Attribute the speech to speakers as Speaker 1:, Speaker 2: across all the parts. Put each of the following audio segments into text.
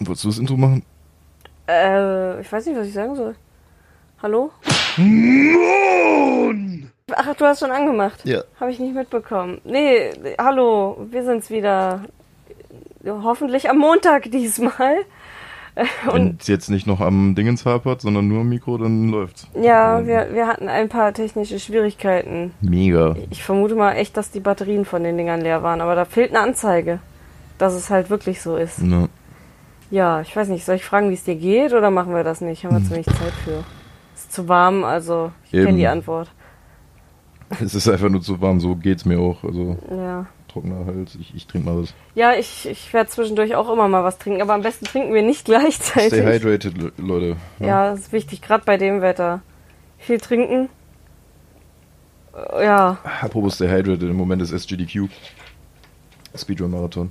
Speaker 1: Wolltest du das Intro machen?
Speaker 2: Äh, ich weiß nicht, was ich sagen soll. Hallo? Ach, du hast schon angemacht.
Speaker 1: Ja.
Speaker 2: Habe ich nicht mitbekommen. Nee, nee, hallo, wir sind's wieder. Hoffentlich am Montag diesmal.
Speaker 1: Wenn es jetzt nicht noch am Dingens hapert, sondern nur am Mikro, dann läuft's. Mhm.
Speaker 2: Ja, wir, wir hatten ein paar technische Schwierigkeiten.
Speaker 1: Mega.
Speaker 2: Ich vermute mal echt, dass die Batterien von den Dingern leer waren, aber da fehlt eine Anzeige, dass es halt wirklich so ist.
Speaker 1: Ja.
Speaker 2: Ja, ich weiß nicht, soll ich fragen, wie es dir geht oder machen wir das nicht? Haben
Speaker 1: Mhm.
Speaker 2: wir zu wenig Zeit für. Ist zu warm, also ich kenne
Speaker 1: Eben.
Speaker 2: die Antwort.
Speaker 1: Es ist einfach nur zu warm, so geht's mir auch. Also
Speaker 2: Ja.
Speaker 1: trockener Hals, ich, ich trinke mal was.
Speaker 2: Ja, ich, ich werde zwischendurch auch immer mal was trinken, aber am besten trinken wir nicht gleichzeitig.
Speaker 1: Stay hydrated, ne? Le- Leute.
Speaker 2: Ja, das ist wichtig, gerade bei dem Wetter. Viel trinken. Äh, Ja,
Speaker 1: Apropos Stay hydrated, im Moment ist SGDQ. Speedrun Marathon.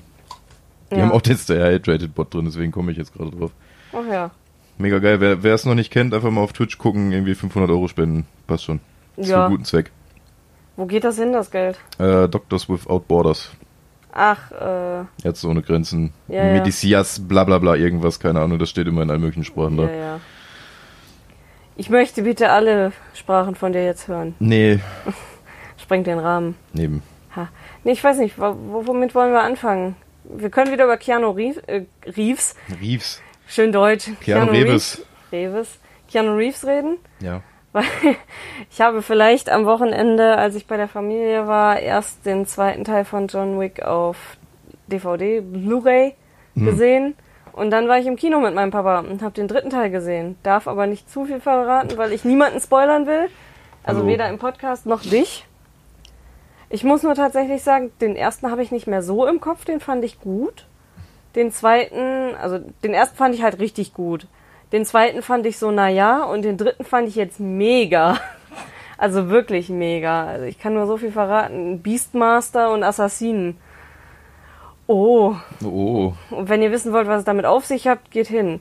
Speaker 1: Die
Speaker 2: Ja.
Speaker 1: haben auch den Stay hydrated Bot drin, deswegen komme ich jetzt gerade drauf.
Speaker 2: ach ja.
Speaker 1: Mega geil. Wer wer es noch nicht kennt, einfach mal auf Twitch gucken, irgendwie 500 Euro spenden. Passt schon.
Speaker 2: Ja.
Speaker 1: Zum guten Zweck.
Speaker 2: Wo geht das hin, das Geld?
Speaker 1: Äh, Doctors Without Borders.
Speaker 2: Ach, äh,
Speaker 1: Ärzte ohne Grenzen.
Speaker 2: Ja, ja.
Speaker 1: Medicias, bla bla bla, irgendwas, keine Ahnung. Das steht immer in allen möglichen Sprachen
Speaker 2: ja,
Speaker 1: da.
Speaker 2: ja. Ich möchte bitte alle Sprachen von dir jetzt hören.
Speaker 1: Nee,
Speaker 2: Sprengt den Rahmen.
Speaker 1: neben.
Speaker 2: Ha. Nee, ich weiß nicht, wa- wo- womit wollen wir anfangen? Wir können wieder über Keanu Reeves, äh, Reeves
Speaker 1: Reeves.
Speaker 2: schön deutsch.
Speaker 1: Keanu Reeves.
Speaker 2: Reeves. Keanu Reeves reden.
Speaker 1: Ja.
Speaker 2: weil ich habe vielleicht am Wochenende, als ich bei der Familie war, erst den zweiten Teil von John Wick auf DVD, Blu-ray gesehen. Und dann war ich im Kino mit meinem Papa und habe den dritten Teil gesehen. Darf aber nicht zu viel verraten, weil ich niemanden spoilern will. Also
Speaker 1: Hallo.
Speaker 2: weder im Podcast noch dich. Ich muss nur tatsächlich sagen, den ersten habe ich nicht mehr so im Kopf, den fand ich gut. Den zweiten, also den ersten fand ich halt richtig gut. Den zweiten fand ich so, naja, und den dritten fand ich jetzt mega. Also wirklich mega. Also ich kann nur so viel verraten. Beastmaster und Assassinen. Oh,
Speaker 1: Oh.
Speaker 2: und wenn ihr wissen wollt, was es damit auf sich hat, geht hin.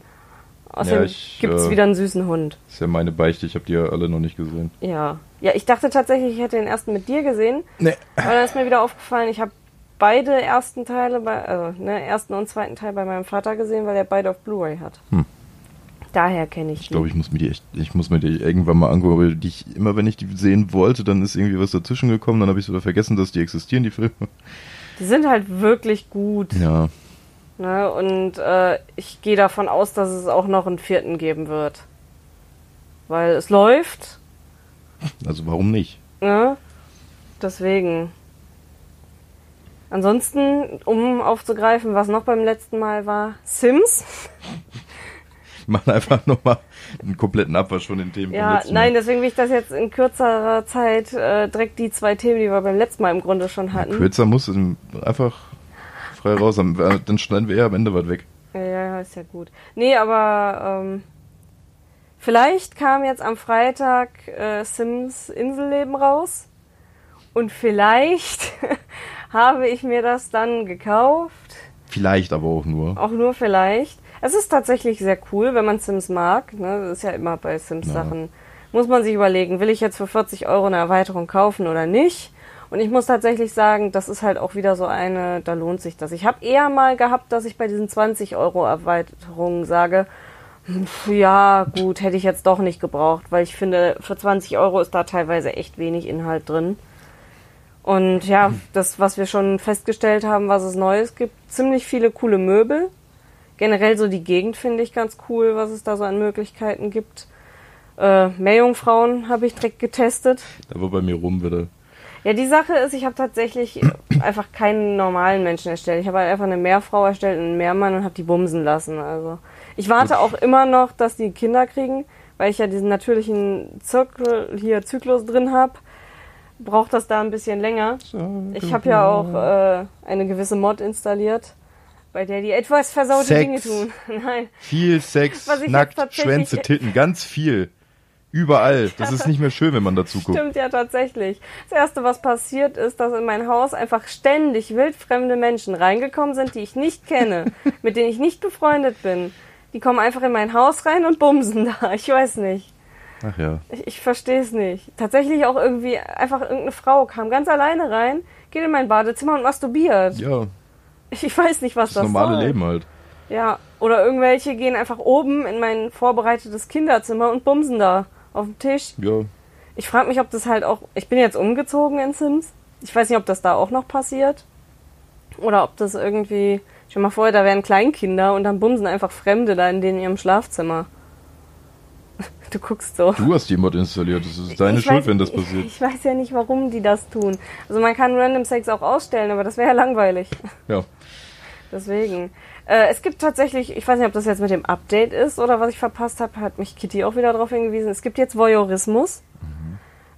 Speaker 2: Außerdem
Speaker 1: Ja,
Speaker 2: gibt's
Speaker 1: ich,
Speaker 2: gibt es
Speaker 1: äh,
Speaker 2: wieder einen süßen Hund.
Speaker 1: Ist ja meine Beichte, ich habe die ja alle noch nicht gesehen.
Speaker 2: Ja. Ja, ich dachte tatsächlich, ich hätte den ersten mit dir gesehen.
Speaker 1: Nee.
Speaker 2: Aber dann ist mir wieder aufgefallen, ich habe beide ersten Teile, bei, also, ne, ersten und zweiten Teil bei meinem Vater gesehen, weil er beide auf Blu-ray hat.
Speaker 1: Hm.
Speaker 2: Daher kenne ich,
Speaker 1: Ich glaube, ich muss mir die echt, ich muss mir die irgendwann mal angucken, aber die ich, immer wenn ich die sehen wollte, dann ist irgendwie was dazwischen gekommen, dann habe ich sogar vergessen, dass die existieren, die Filme.
Speaker 2: Die sind halt wirklich gut.
Speaker 1: Ja.
Speaker 2: Ne? Und äh, ich gehe davon aus, dass es auch noch einen vierten geben wird. Weil es läuft.
Speaker 1: Also warum nicht?
Speaker 2: Ne? Deswegen. Ansonsten, um aufzugreifen, was noch beim letzten Mal war, Sims.
Speaker 1: Machen einfach nochmal einen kompletten Abwasch von den Themen. vom
Speaker 2: Ja,
Speaker 1: letzten
Speaker 2: nein,
Speaker 1: Mal.
Speaker 2: deswegen will ich das jetzt in kürzerer Zeit äh, direkt die zwei Themen, die wir beim letzten Mal im Grunde schon hatten.
Speaker 1: Kürzer muss es einfach frei raus. Dann äh, dann schneiden wir eher am Ende was weg.
Speaker 2: Ja, ja, ist ja gut. Nee, aber ähm, vielleicht kam jetzt am Freitag äh, Sims Inselleben raus. Und vielleicht habe ich mir das dann gekauft.
Speaker 1: Vielleicht aber auch nur.
Speaker 2: Auch nur vielleicht. Es ist tatsächlich sehr cool, wenn man Sims mag. Ne? Das ist ja immer bei Sims
Speaker 1: Ja.
Speaker 2: Sachen. Muss man sich überlegen, will ich jetzt für 40 Euro eine Erweiterung kaufen oder nicht? Und ich muss tatsächlich sagen, das ist halt auch wieder so eine, da lohnt sich das. Ich habe eher mal gehabt, dass ich bei diesen 20 Euro Erweiterungen sage, hm, pf, ja gut, hätte ich jetzt doch nicht gebraucht, weil ich finde, für 20 Euro ist da teilweise echt wenig Inhalt drin. Und ja, das, was wir schon festgestellt haben, was es Neues gibt, ziemlich viele coole Möbel. Generell so die Gegend finde ich ganz cool, was es da so an Möglichkeiten gibt. Äh, Meerjungfrauen habe ich direkt getestet.
Speaker 1: Da war bei mir rum wieder.
Speaker 2: Ja, die Sache ist, ich habe tatsächlich äh, einfach keinen normalen Menschen erstellt. Ich habe halt einfach eine Meerfrau erstellt und einen Meermann und habe die bumsen lassen. Also ich warte auch immer noch, dass die Kinder kriegen, weil ich ja diesen natürlichen Zirkel hier Zyklus drin habe. Braucht das da ein bisschen länger. Ich habe ja auch äh, eine gewisse Mod installiert, bei der die etwas versaute
Speaker 1: Sex.
Speaker 2: Dinge tun. Nein.
Speaker 1: Viel Sex,
Speaker 2: Was ich jetzt
Speaker 1: nackt,
Speaker 2: tatsächlich-
Speaker 1: Schwänze, Titten, ganz viel. Überall. Das ist nicht mehr schön, wenn man dazu guckt.
Speaker 2: Stimmt ja tatsächlich. Das erste, was passiert ist, dass in mein Haus einfach ständig wildfremde Menschen reingekommen sind, die ich nicht kenne, mit denen ich nicht befreundet bin. Die kommen einfach in mein Haus rein und bumsen da. Ich weiß nicht.
Speaker 1: Ach ja.
Speaker 2: Ich, ich verstehe es nicht. Tatsächlich auch irgendwie einfach irgendeine Frau kam ganz alleine rein, geht in mein Badezimmer und masturbiert.
Speaker 1: Ja,
Speaker 2: Ich, ich weiß nicht, was
Speaker 1: das
Speaker 2: das
Speaker 1: normale
Speaker 2: soll.
Speaker 1: Leben halt.
Speaker 2: Ja, oder irgendwelche gehen einfach oben in mein vorbereitetes Kinderzimmer und bumsen da auf dem Tisch.
Speaker 1: Ja,
Speaker 2: Ich frage mich, ob das halt auch. Ich bin jetzt umgezogen in Sims. Ich weiß nicht, ob das da auch noch passiert. Oder ob das irgendwie. Stell dir mal vor, da wären Kleinkinder und dann bumsen einfach Fremde da in denen ihrem Schlafzimmer. Du guckst so.
Speaker 1: du hast die Mod installiert. Das ist deine
Speaker 2: Ich
Speaker 1: Schuld,
Speaker 2: weiß-
Speaker 1: wenn das passiert.
Speaker 2: Ich weiß ja nicht, warum die das tun. Also man kann Random Sex auch ausstellen, aber das wäre ja langweilig.
Speaker 1: Ja.
Speaker 2: Deswegen. Äh, es gibt tatsächlich, ich weiß nicht, ob das jetzt mit dem Update ist oder was ich verpasst habe, hat mich Kitty auch wieder darauf hingewiesen. Es gibt jetzt Voyeurismus.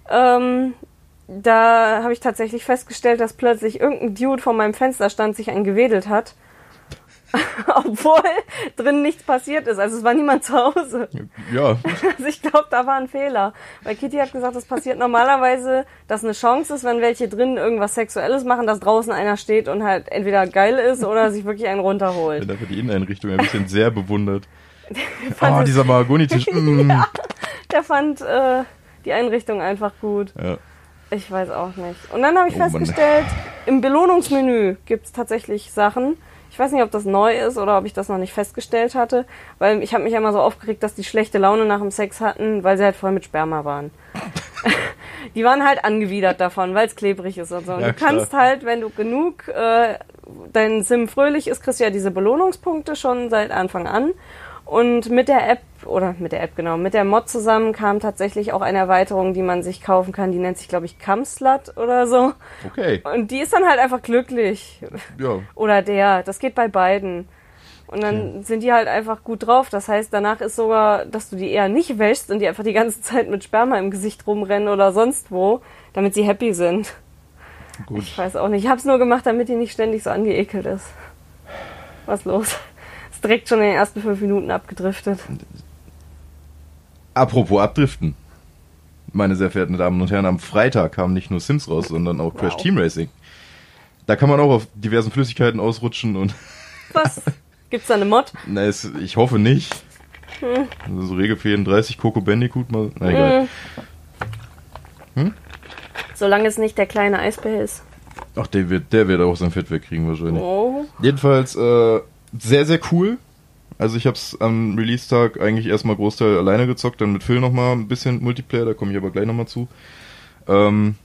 Speaker 2: Ähm, da habe ich tatsächlich festgestellt, dass plötzlich irgendein Dude vor meinem Fenster stand, sich angewedelt hat. Obwohl drin nichts passiert ist. Also es war niemand zu Hause.
Speaker 1: Ja,
Speaker 2: Also ich glaube, da war ein Fehler. Weil Kitty hat gesagt, das passiert normalerweise, dass eine Chance ist, wenn welche drinnen irgendwas Sexuelles machen, dass draußen einer steht und halt entweder geil ist oder sich wirklich einen runterholt.
Speaker 1: wenn dafür die Inneneinrichtung ein bisschen sehr bewundert.
Speaker 2: fand
Speaker 1: Ah,
Speaker 2: es-
Speaker 1: dieser Mahagonitisch. mm.
Speaker 2: Der fand äh, die Einrichtung einfach gut.
Speaker 1: ja.
Speaker 2: Ich weiß auch nicht. Und dann habe ich
Speaker 1: Oh Mann.
Speaker 2: festgestellt, im Belohnungsmenü gibt es tatsächlich Sachen. Ich weiß nicht, ob das neu ist oder ob ich das noch nicht festgestellt hatte, weil ich habe mich ja immer so aufgeregt, dass die schlechte Laune nach dem Sex hatten, weil sie halt voll mit Sperma waren. die waren halt angewidert davon, weil es klebrig ist und so. Und
Speaker 1: Ja,
Speaker 2: du kannst halt, wenn du genug äh, dein Sim fröhlich ist, kriegst du ja diese Belohnungspunkte schon seit Anfang an. Und mit der App, oder mit der App genau, mit der Mod zusammen kam tatsächlich auch eine Erweiterung, die man sich kaufen kann. Die nennt sich, glaube ich, Kamslat oder so.
Speaker 1: Okay,
Speaker 2: Und die ist dann halt einfach glücklich.
Speaker 1: ja.
Speaker 2: Oder der. Das geht bei beiden. Und dann sind die halt einfach gut drauf. Das heißt, danach ist sogar, dass du die eher nicht wäschst und die einfach die ganze Zeit mit Sperma im Gesicht rumrennen oder sonst wo, damit sie happy sind.
Speaker 1: Gut.
Speaker 2: Ich weiß auch nicht. Ich hab's nur gemacht, damit die nicht ständig so angeekelt ist. Was los? Ist direkt schon in den ersten fünf Minuten abgedriftet.
Speaker 1: Apropos Abdriften. Meine sehr verehrten Damen und Herren, am Freitag kam nicht nur Sims raus, sondern auch Crash
Speaker 2: Wow.
Speaker 1: Team Racing. Da kann man auch auf diversen Flüssigkeiten ausrutschen und
Speaker 2: Was? Gibt's da eine Mod?
Speaker 1: na, es, ich hoffe nicht. Also so Regelfehlen 30 Coco Bandicoot mal. Na egal.
Speaker 2: Solange es nicht der kleine Eisbär ist.
Speaker 1: Ach, der wird, der wird auch sein Fett wegkriegen wahrscheinlich.
Speaker 2: Oh.
Speaker 1: Jedenfalls äh, sehr, sehr cool. Also ich habe es am Release-Tag eigentlich erstmal Großteil alleine gezockt, dann mit Phil nochmal ein bisschen Multiplayer, da komme ich aber gleich nochmal zu. Ähm,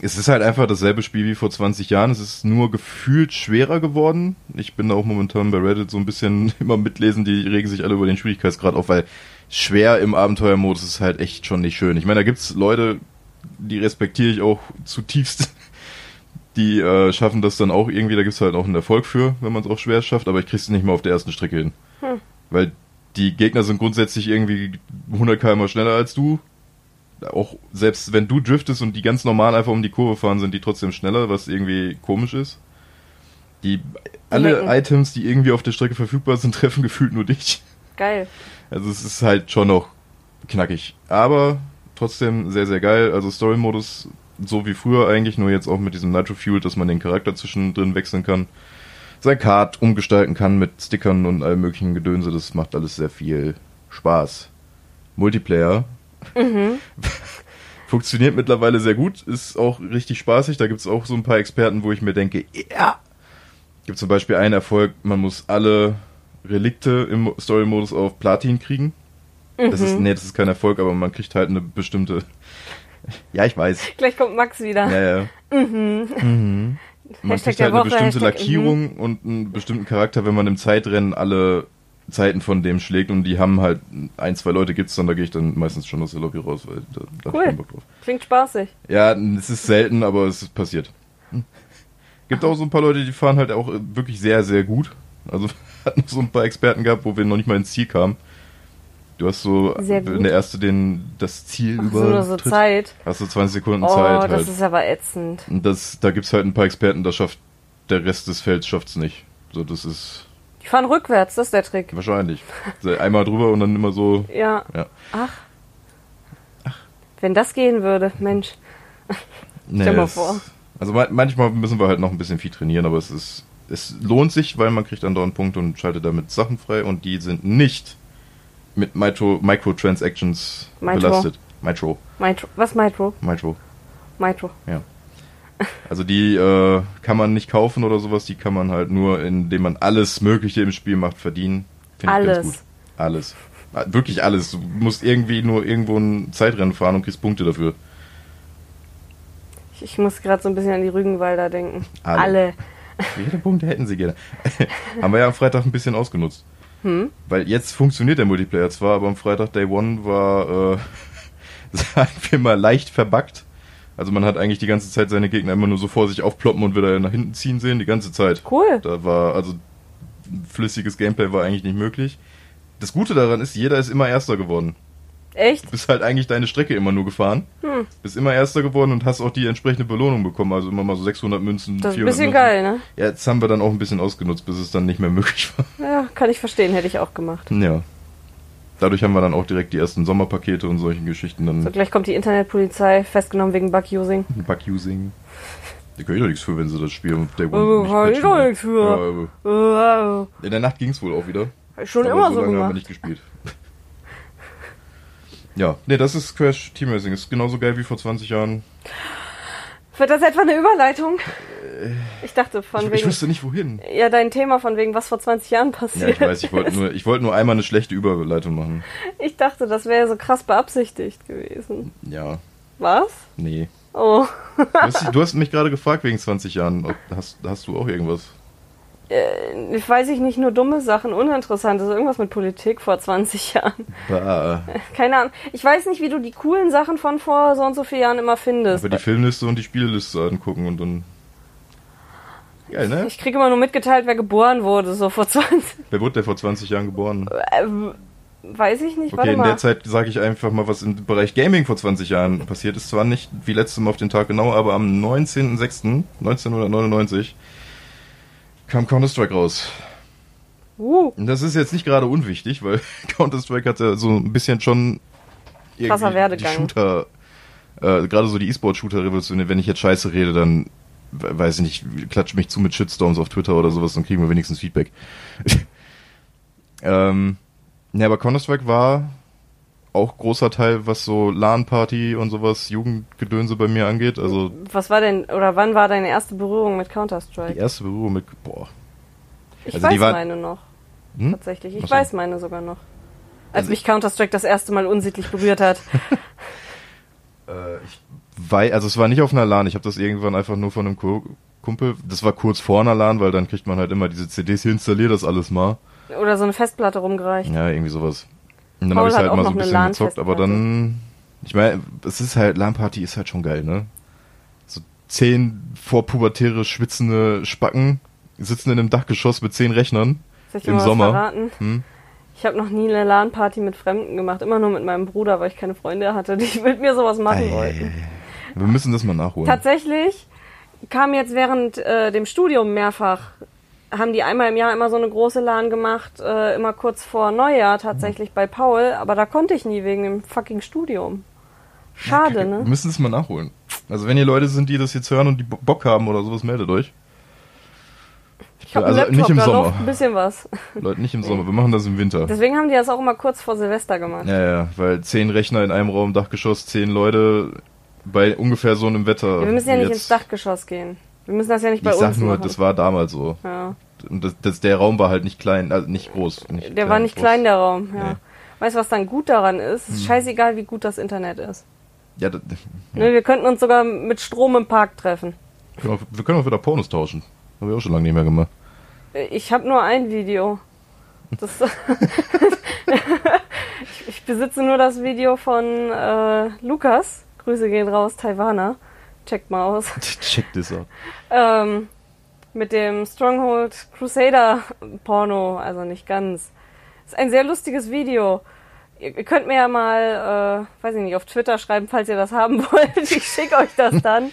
Speaker 1: es ist halt einfach dasselbe Spiel wie vor 20 Jahren, es ist nur gefühlt schwerer geworden. Ich bin da auch momentan bei Reddit so ein bisschen immer mitlesen, die regen sich alle über den Schwierigkeitsgrad auf, weil schwer im Abenteuermodus ist halt echt schon nicht schön. Ich meine, da gibt's Leute, die respektiere ich auch zutiefst, die äh, schaffen das dann auch irgendwie, da gibt's halt auch einen Erfolg für, wenn man es auch schwer schafft, aber ich krieg's nicht mal auf der ersten Strecke hin. Weil die Gegner sind grundsätzlich irgendwie 100 km schneller als du. Auch selbst wenn du driftest und die ganz normal einfach um die Kurve fahren, sind die trotzdem schneller, was irgendwie komisch ist. Die alle
Speaker 2: Lecken.
Speaker 1: Items, die irgendwie auf der Strecke verfügbar sind, treffen gefühlt nur dich.
Speaker 2: Geil.
Speaker 1: Also es ist halt schon noch knackig. Aber trotzdem sehr, sehr geil. Also Story-Modus so wie früher eigentlich, nur jetzt auch mit diesem Nitro Fuel, dass man den Charakter zwischendrin wechseln kann. Sein Kart umgestalten kann mit Stickern und allem möglichen Gedönse. Das macht alles sehr viel Spaß. Multiplayer. Funktioniert mittlerweile sehr gut, ist auch richtig spaßig. Da gibt's auch so ein paar Experten, wo ich mir denke, ja. Gibt zum Beispiel einen Erfolg, man muss alle Relikte im Story-Modus auf Platin kriegen. Das
Speaker 2: Mhm.
Speaker 1: ist, nee, das ist kein Erfolg, aber man kriegt halt eine bestimmte. Ja, ich weiß.
Speaker 2: Gleich kommt Max wieder.
Speaker 1: Ja, ja. Man
Speaker 2: Ah. Mhm. Hashtag
Speaker 1: kriegt halt
Speaker 2: der
Speaker 1: eine
Speaker 2: Woche,
Speaker 1: bestimmte
Speaker 2: Hashtag, mhm.
Speaker 1: Lackierung und einen bestimmten Charakter, wenn man im Zeitrennen alle Zeiten von dem schlägt und die haben halt ein, zwei Leute gibt's dann, da gehe ich dann meistens schon aus der Lobby raus, weil da, da hab
Speaker 2: Cool.
Speaker 1: ich keinen Bock drauf.
Speaker 2: Klingt spaßig.
Speaker 1: Ja, es ist selten, aber es ist passiert. Hm. Gibt
Speaker 2: Ah.
Speaker 1: auch so ein paar Leute, die fahren halt auch äh, wirklich sehr, sehr gut. Also hatten so ein paar Experten gehabt, wo wir noch nicht mal ins Ziel kamen. Du hast so,
Speaker 2: Sehr gut.
Speaker 1: wenn der Erste den das Ziel
Speaker 2: Das ist nur so
Speaker 1: übertritt,
Speaker 2: Zeit.
Speaker 1: hast du 20 Sekunden
Speaker 2: Oh,
Speaker 1: Zeit
Speaker 2: das
Speaker 1: halt.
Speaker 2: ist aber ätzend.
Speaker 1: Und das, da gibt's halt ein paar Experten, da schafft der Rest des Felds schafft's nicht. So, das ist
Speaker 2: Die fahren rückwärts, das ist der Trick.
Speaker 1: wahrscheinlich. So, Einmal drüber und dann immer so.
Speaker 2: Ja.
Speaker 1: Ja.
Speaker 2: Ach. Wenn das gehen würde, Mensch.
Speaker 1: Nee,
Speaker 2: Stell mal
Speaker 1: es-
Speaker 2: vor.
Speaker 1: Also ma- manchmal müssen wir halt noch ein bisschen viel trainieren, aber es ist es lohnt sich, weil man kriegt andauernd Punkte und schaltet damit Sachen frei und die sind nicht mit Mitro, Microtransactions
Speaker 2: Mitro.
Speaker 1: belastet. Mitro,
Speaker 2: Mitro. Was Mitro?
Speaker 1: Mitro.
Speaker 2: Mitro.
Speaker 1: Ja. Also die äh, kann man nicht kaufen oder sowas, die kann man halt nur, indem man alles Mögliche im Spiel macht, verdienen. Find ich ganz
Speaker 2: Alles.
Speaker 1: gut. Alles. Ah, Wirklich alles. Du musst irgendwie nur irgendwo ein Zeitrennen fahren und kriegst Punkte dafür.
Speaker 2: Ich, ich muss gerade so ein bisschen an die Rügenwalder denken.
Speaker 1: Alle.
Speaker 2: Alle.
Speaker 1: Jede Punkte hätten sie gerne. Haben wir ja am Freitag ein bisschen ausgenutzt.
Speaker 2: Hm?
Speaker 1: Weil jetzt funktioniert der Multiplayer zwar, aber am Freitag Day One war, äh, sagen wir mal, leicht verbuggt. Also man hat eigentlich die ganze Zeit seine Gegner immer nur so vor sich aufploppen und wieder nach hinten ziehen sehen, die ganze Zeit.
Speaker 2: Cool.
Speaker 1: Da war, also flüssiges Gameplay war eigentlich nicht möglich. Das Gute daran ist, jeder ist immer Erster geworden.
Speaker 2: Echt?
Speaker 1: Du bist halt eigentlich deine Strecke immer nur gefahren.
Speaker 2: Hm.
Speaker 1: Bist immer Erster geworden und hast auch die entsprechende Belohnung bekommen. Also immer mal so 600 Münzen,
Speaker 2: Das ist ein bisschen
Speaker 1: Münzen.
Speaker 2: geil, ne?
Speaker 1: Ja, jetzt haben wir dann auch ein bisschen ausgenutzt, bis es dann nicht mehr möglich war.
Speaker 2: Ja, kann ich verstehen, hätte ich auch gemacht.
Speaker 1: Ja. Dadurch haben wir dann auch direkt die ersten Sommerpakete und solchen Geschichten
Speaker 2: So,
Speaker 1: dann
Speaker 2: gleich kommt die Internetpolizei, festgenommen wegen Bug-Using.
Speaker 1: Bug-Using. Die können ja nichts für, wenn sie das Spiel auf Day
Speaker 2: Oh,
Speaker 1: One nicht
Speaker 2: kann ich
Speaker 1: patchen.
Speaker 2: doch nichts für.
Speaker 1: Ja, aber
Speaker 2: Wow.
Speaker 1: in der Nacht ging's wohl auch wieder.
Speaker 2: Hab ich schon
Speaker 1: Aber
Speaker 2: immer
Speaker 1: so
Speaker 2: so
Speaker 1: lange haben wir
Speaker 2: gemacht.
Speaker 1: nicht gespielt. ja, nee, das ist Crash Team Racing. Ist genauso geil wie vor 20 Jahren.
Speaker 2: Wird das etwa eine Überleitung? Ich dachte von
Speaker 1: Äh, Ich, ich
Speaker 2: wegen.
Speaker 1: wusste nicht wohin.
Speaker 2: ja, dein Thema von wegen, was vor 20 Jahren
Speaker 1: Ja,
Speaker 2: passiert.
Speaker 1: ich weiß, ich wollte nur, ich wollte nur einmal eine schlechte Überleitung machen.
Speaker 2: Ich dachte, das wäre so krass beabsichtigt gewesen.
Speaker 1: Ja,
Speaker 2: Was?
Speaker 1: nee.
Speaker 2: Oh.
Speaker 1: Du hast, dich- du hast mich gerade gefragt wegen 20 Jahren. Ob- Hast, hast du auch irgendwas?
Speaker 2: Äh, Ich weiß ich nicht, nur dumme Sachen, uninteressantes, also irgendwas mit Politik vor 20 Jahren.
Speaker 1: Bah.
Speaker 2: Keine Ahnung. Ich weiß nicht, wie du die coolen Sachen von vor so und so vielen Jahren immer findest.
Speaker 1: Aber die Filmliste und die Spielliste angucken und dann. Geil, ne?
Speaker 2: Ich kriege immer nur mitgeteilt, wer geboren wurde, so vor 20.
Speaker 1: Wer wurde der vor 20 Jahren geboren?
Speaker 2: Äh, weiß ich nicht,
Speaker 1: Okay,
Speaker 2: warte
Speaker 1: in
Speaker 2: mal.
Speaker 1: der Zeit sage ich einfach mal, was im Bereich Gaming vor 20 Jahren passiert ist. Zwar nicht wie letztes Mal auf den Tag genau, aber am 19.06.1999 kam Counter-Strike raus.
Speaker 2: uh,
Speaker 1: Und das ist jetzt nicht gerade unwichtig, weil Counter-Strike hat ja so ein bisschen schon irgendwie
Speaker 2: Krasser Werdegang.
Speaker 1: die Shooter, äh, gerade so die E-Sport-Shooter revolutioniert. Wenn ich jetzt scheiße rede, dann we- weiß ich nicht, klatsch mich zu mit Shitstorms auf Twitter oder sowas, dann kriegen wir wenigstens Feedback. ähm, ne, aber Counter-Strike war auch großer Teil, was so LAN-Party und sowas, Jugendgedönse bei mir angeht. Also
Speaker 2: was war denn, oder wann war deine erste Berührung mit
Speaker 1: die
Speaker 2: Counter-Strike?
Speaker 1: erste Berührung mit, boah,
Speaker 2: Ich
Speaker 1: also die
Speaker 2: weiß
Speaker 1: war-
Speaker 2: meine noch.
Speaker 1: Hm?
Speaker 2: Tatsächlich. Ich
Speaker 1: Ach so.
Speaker 2: weiß meine sogar noch. Als
Speaker 1: Also-
Speaker 2: mich Counter-Strike das erste Mal unsittlich berührt hat.
Speaker 1: Weil, Äh, also es war nicht auf einer LAN, ich habe das irgendwann einfach nur von einem Ku- Kumpel, das war kurz vor einer LAN, weil dann kriegt man halt immer diese CDs, hier installier das alles mal.
Speaker 2: Oder so eine Festplatte rumgereicht.
Speaker 1: Ja, irgendwie sowas. Und dann
Speaker 2: Paul
Speaker 1: habe ich
Speaker 2: hat
Speaker 1: halt
Speaker 2: auch
Speaker 1: mal so
Speaker 2: noch
Speaker 1: ein
Speaker 2: eine
Speaker 1: bisschen gezockt, aber
Speaker 2: LAN-Festplatte.
Speaker 1: dann, ich meine, es ist halt, LAN-Party ist halt schon geil, ne? So zehn vorpubertäre, schwitzende Spacken sitzen in einem Dachgeschoss mit zehn Rechnern.
Speaker 2: Soll ich dir
Speaker 1: Im
Speaker 2: mal was
Speaker 1: Sommer.
Speaker 2: verraten?
Speaker 1: Hm?
Speaker 2: Ich habe noch nie eine LAN-Party mit Fremden gemacht. Immer nur mit meinem Bruder, weil ich keine Freunde hatte, die mit mir sowas machen
Speaker 1: Ei, ei,
Speaker 2: wollten.
Speaker 1: ei, ei. Wir müssen das mal nachholen.
Speaker 2: Tatsächlich kam jetzt während äh, dem Studium mehrfach, haben die einmal im Jahr immer so eine große LAN gemacht, äh, immer kurz vor Neujahr tatsächlich bei Paul, aber da konnte ich nie wegen dem fucking Studium. Schade,
Speaker 1: Wir
Speaker 2: ne?
Speaker 1: müssen es mal nachholen. Also wenn hier Leute sind, die das jetzt hören und die Bo- Bock haben oder sowas, meldet euch.
Speaker 2: Ich hab
Speaker 1: also
Speaker 2: einen Laptop,
Speaker 1: nicht im
Speaker 2: da
Speaker 1: Sommer.
Speaker 2: läuft ein bisschen was.
Speaker 1: Leute, nicht im Sommer, wir machen das im Winter.
Speaker 2: Deswegen haben die das auch immer kurz vor Silvester gemacht.
Speaker 1: Ja, ja, weil zehn Rechner in einem Raum, Dachgeschoss, zehn Leute bei ungefähr so einem Wetter.
Speaker 2: Ja, wir müssen ja
Speaker 1: wie
Speaker 2: nicht
Speaker 1: jetzt.
Speaker 2: ins Dachgeschoss gehen. Wir müssen das ja nicht
Speaker 1: Ich
Speaker 2: bei
Speaker 1: sag
Speaker 2: uns
Speaker 1: nur,
Speaker 2: machen.
Speaker 1: das war damals so.
Speaker 2: ja.
Speaker 1: Und das, das, der Raum war halt nicht klein, also nicht groß. Nicht
Speaker 2: Der war nicht
Speaker 1: groß.
Speaker 2: klein, der Raum. Ja.
Speaker 1: Nee. Hm.
Speaker 2: Weißt du, was dann gut daran ist? Ist scheißegal, wie gut das Internet ist.
Speaker 1: Ja, das,
Speaker 2: Ne, wir könnten uns sogar mit Strom im Park treffen.
Speaker 1: können wir, wir können auch wieder Pornos tauschen. Haben wir auch schon lange nicht mehr gemacht.
Speaker 2: Äh, Ich habe nur ein Video. Das ich, ich besitze nur das Video von äh, Lukas. Grüße gehen raus, Taiwaner. Checkt mal aus.
Speaker 1: Check this out.
Speaker 2: Ähm, mit dem Stronghold Crusader Porno, also nicht ganz. Ist ein sehr lustiges Video. Ihr ihr könnt mir ja mal, äh, weiß ich nicht, auf Twitter schreiben, falls ihr das haben wollt. Ich schicke euch das dann.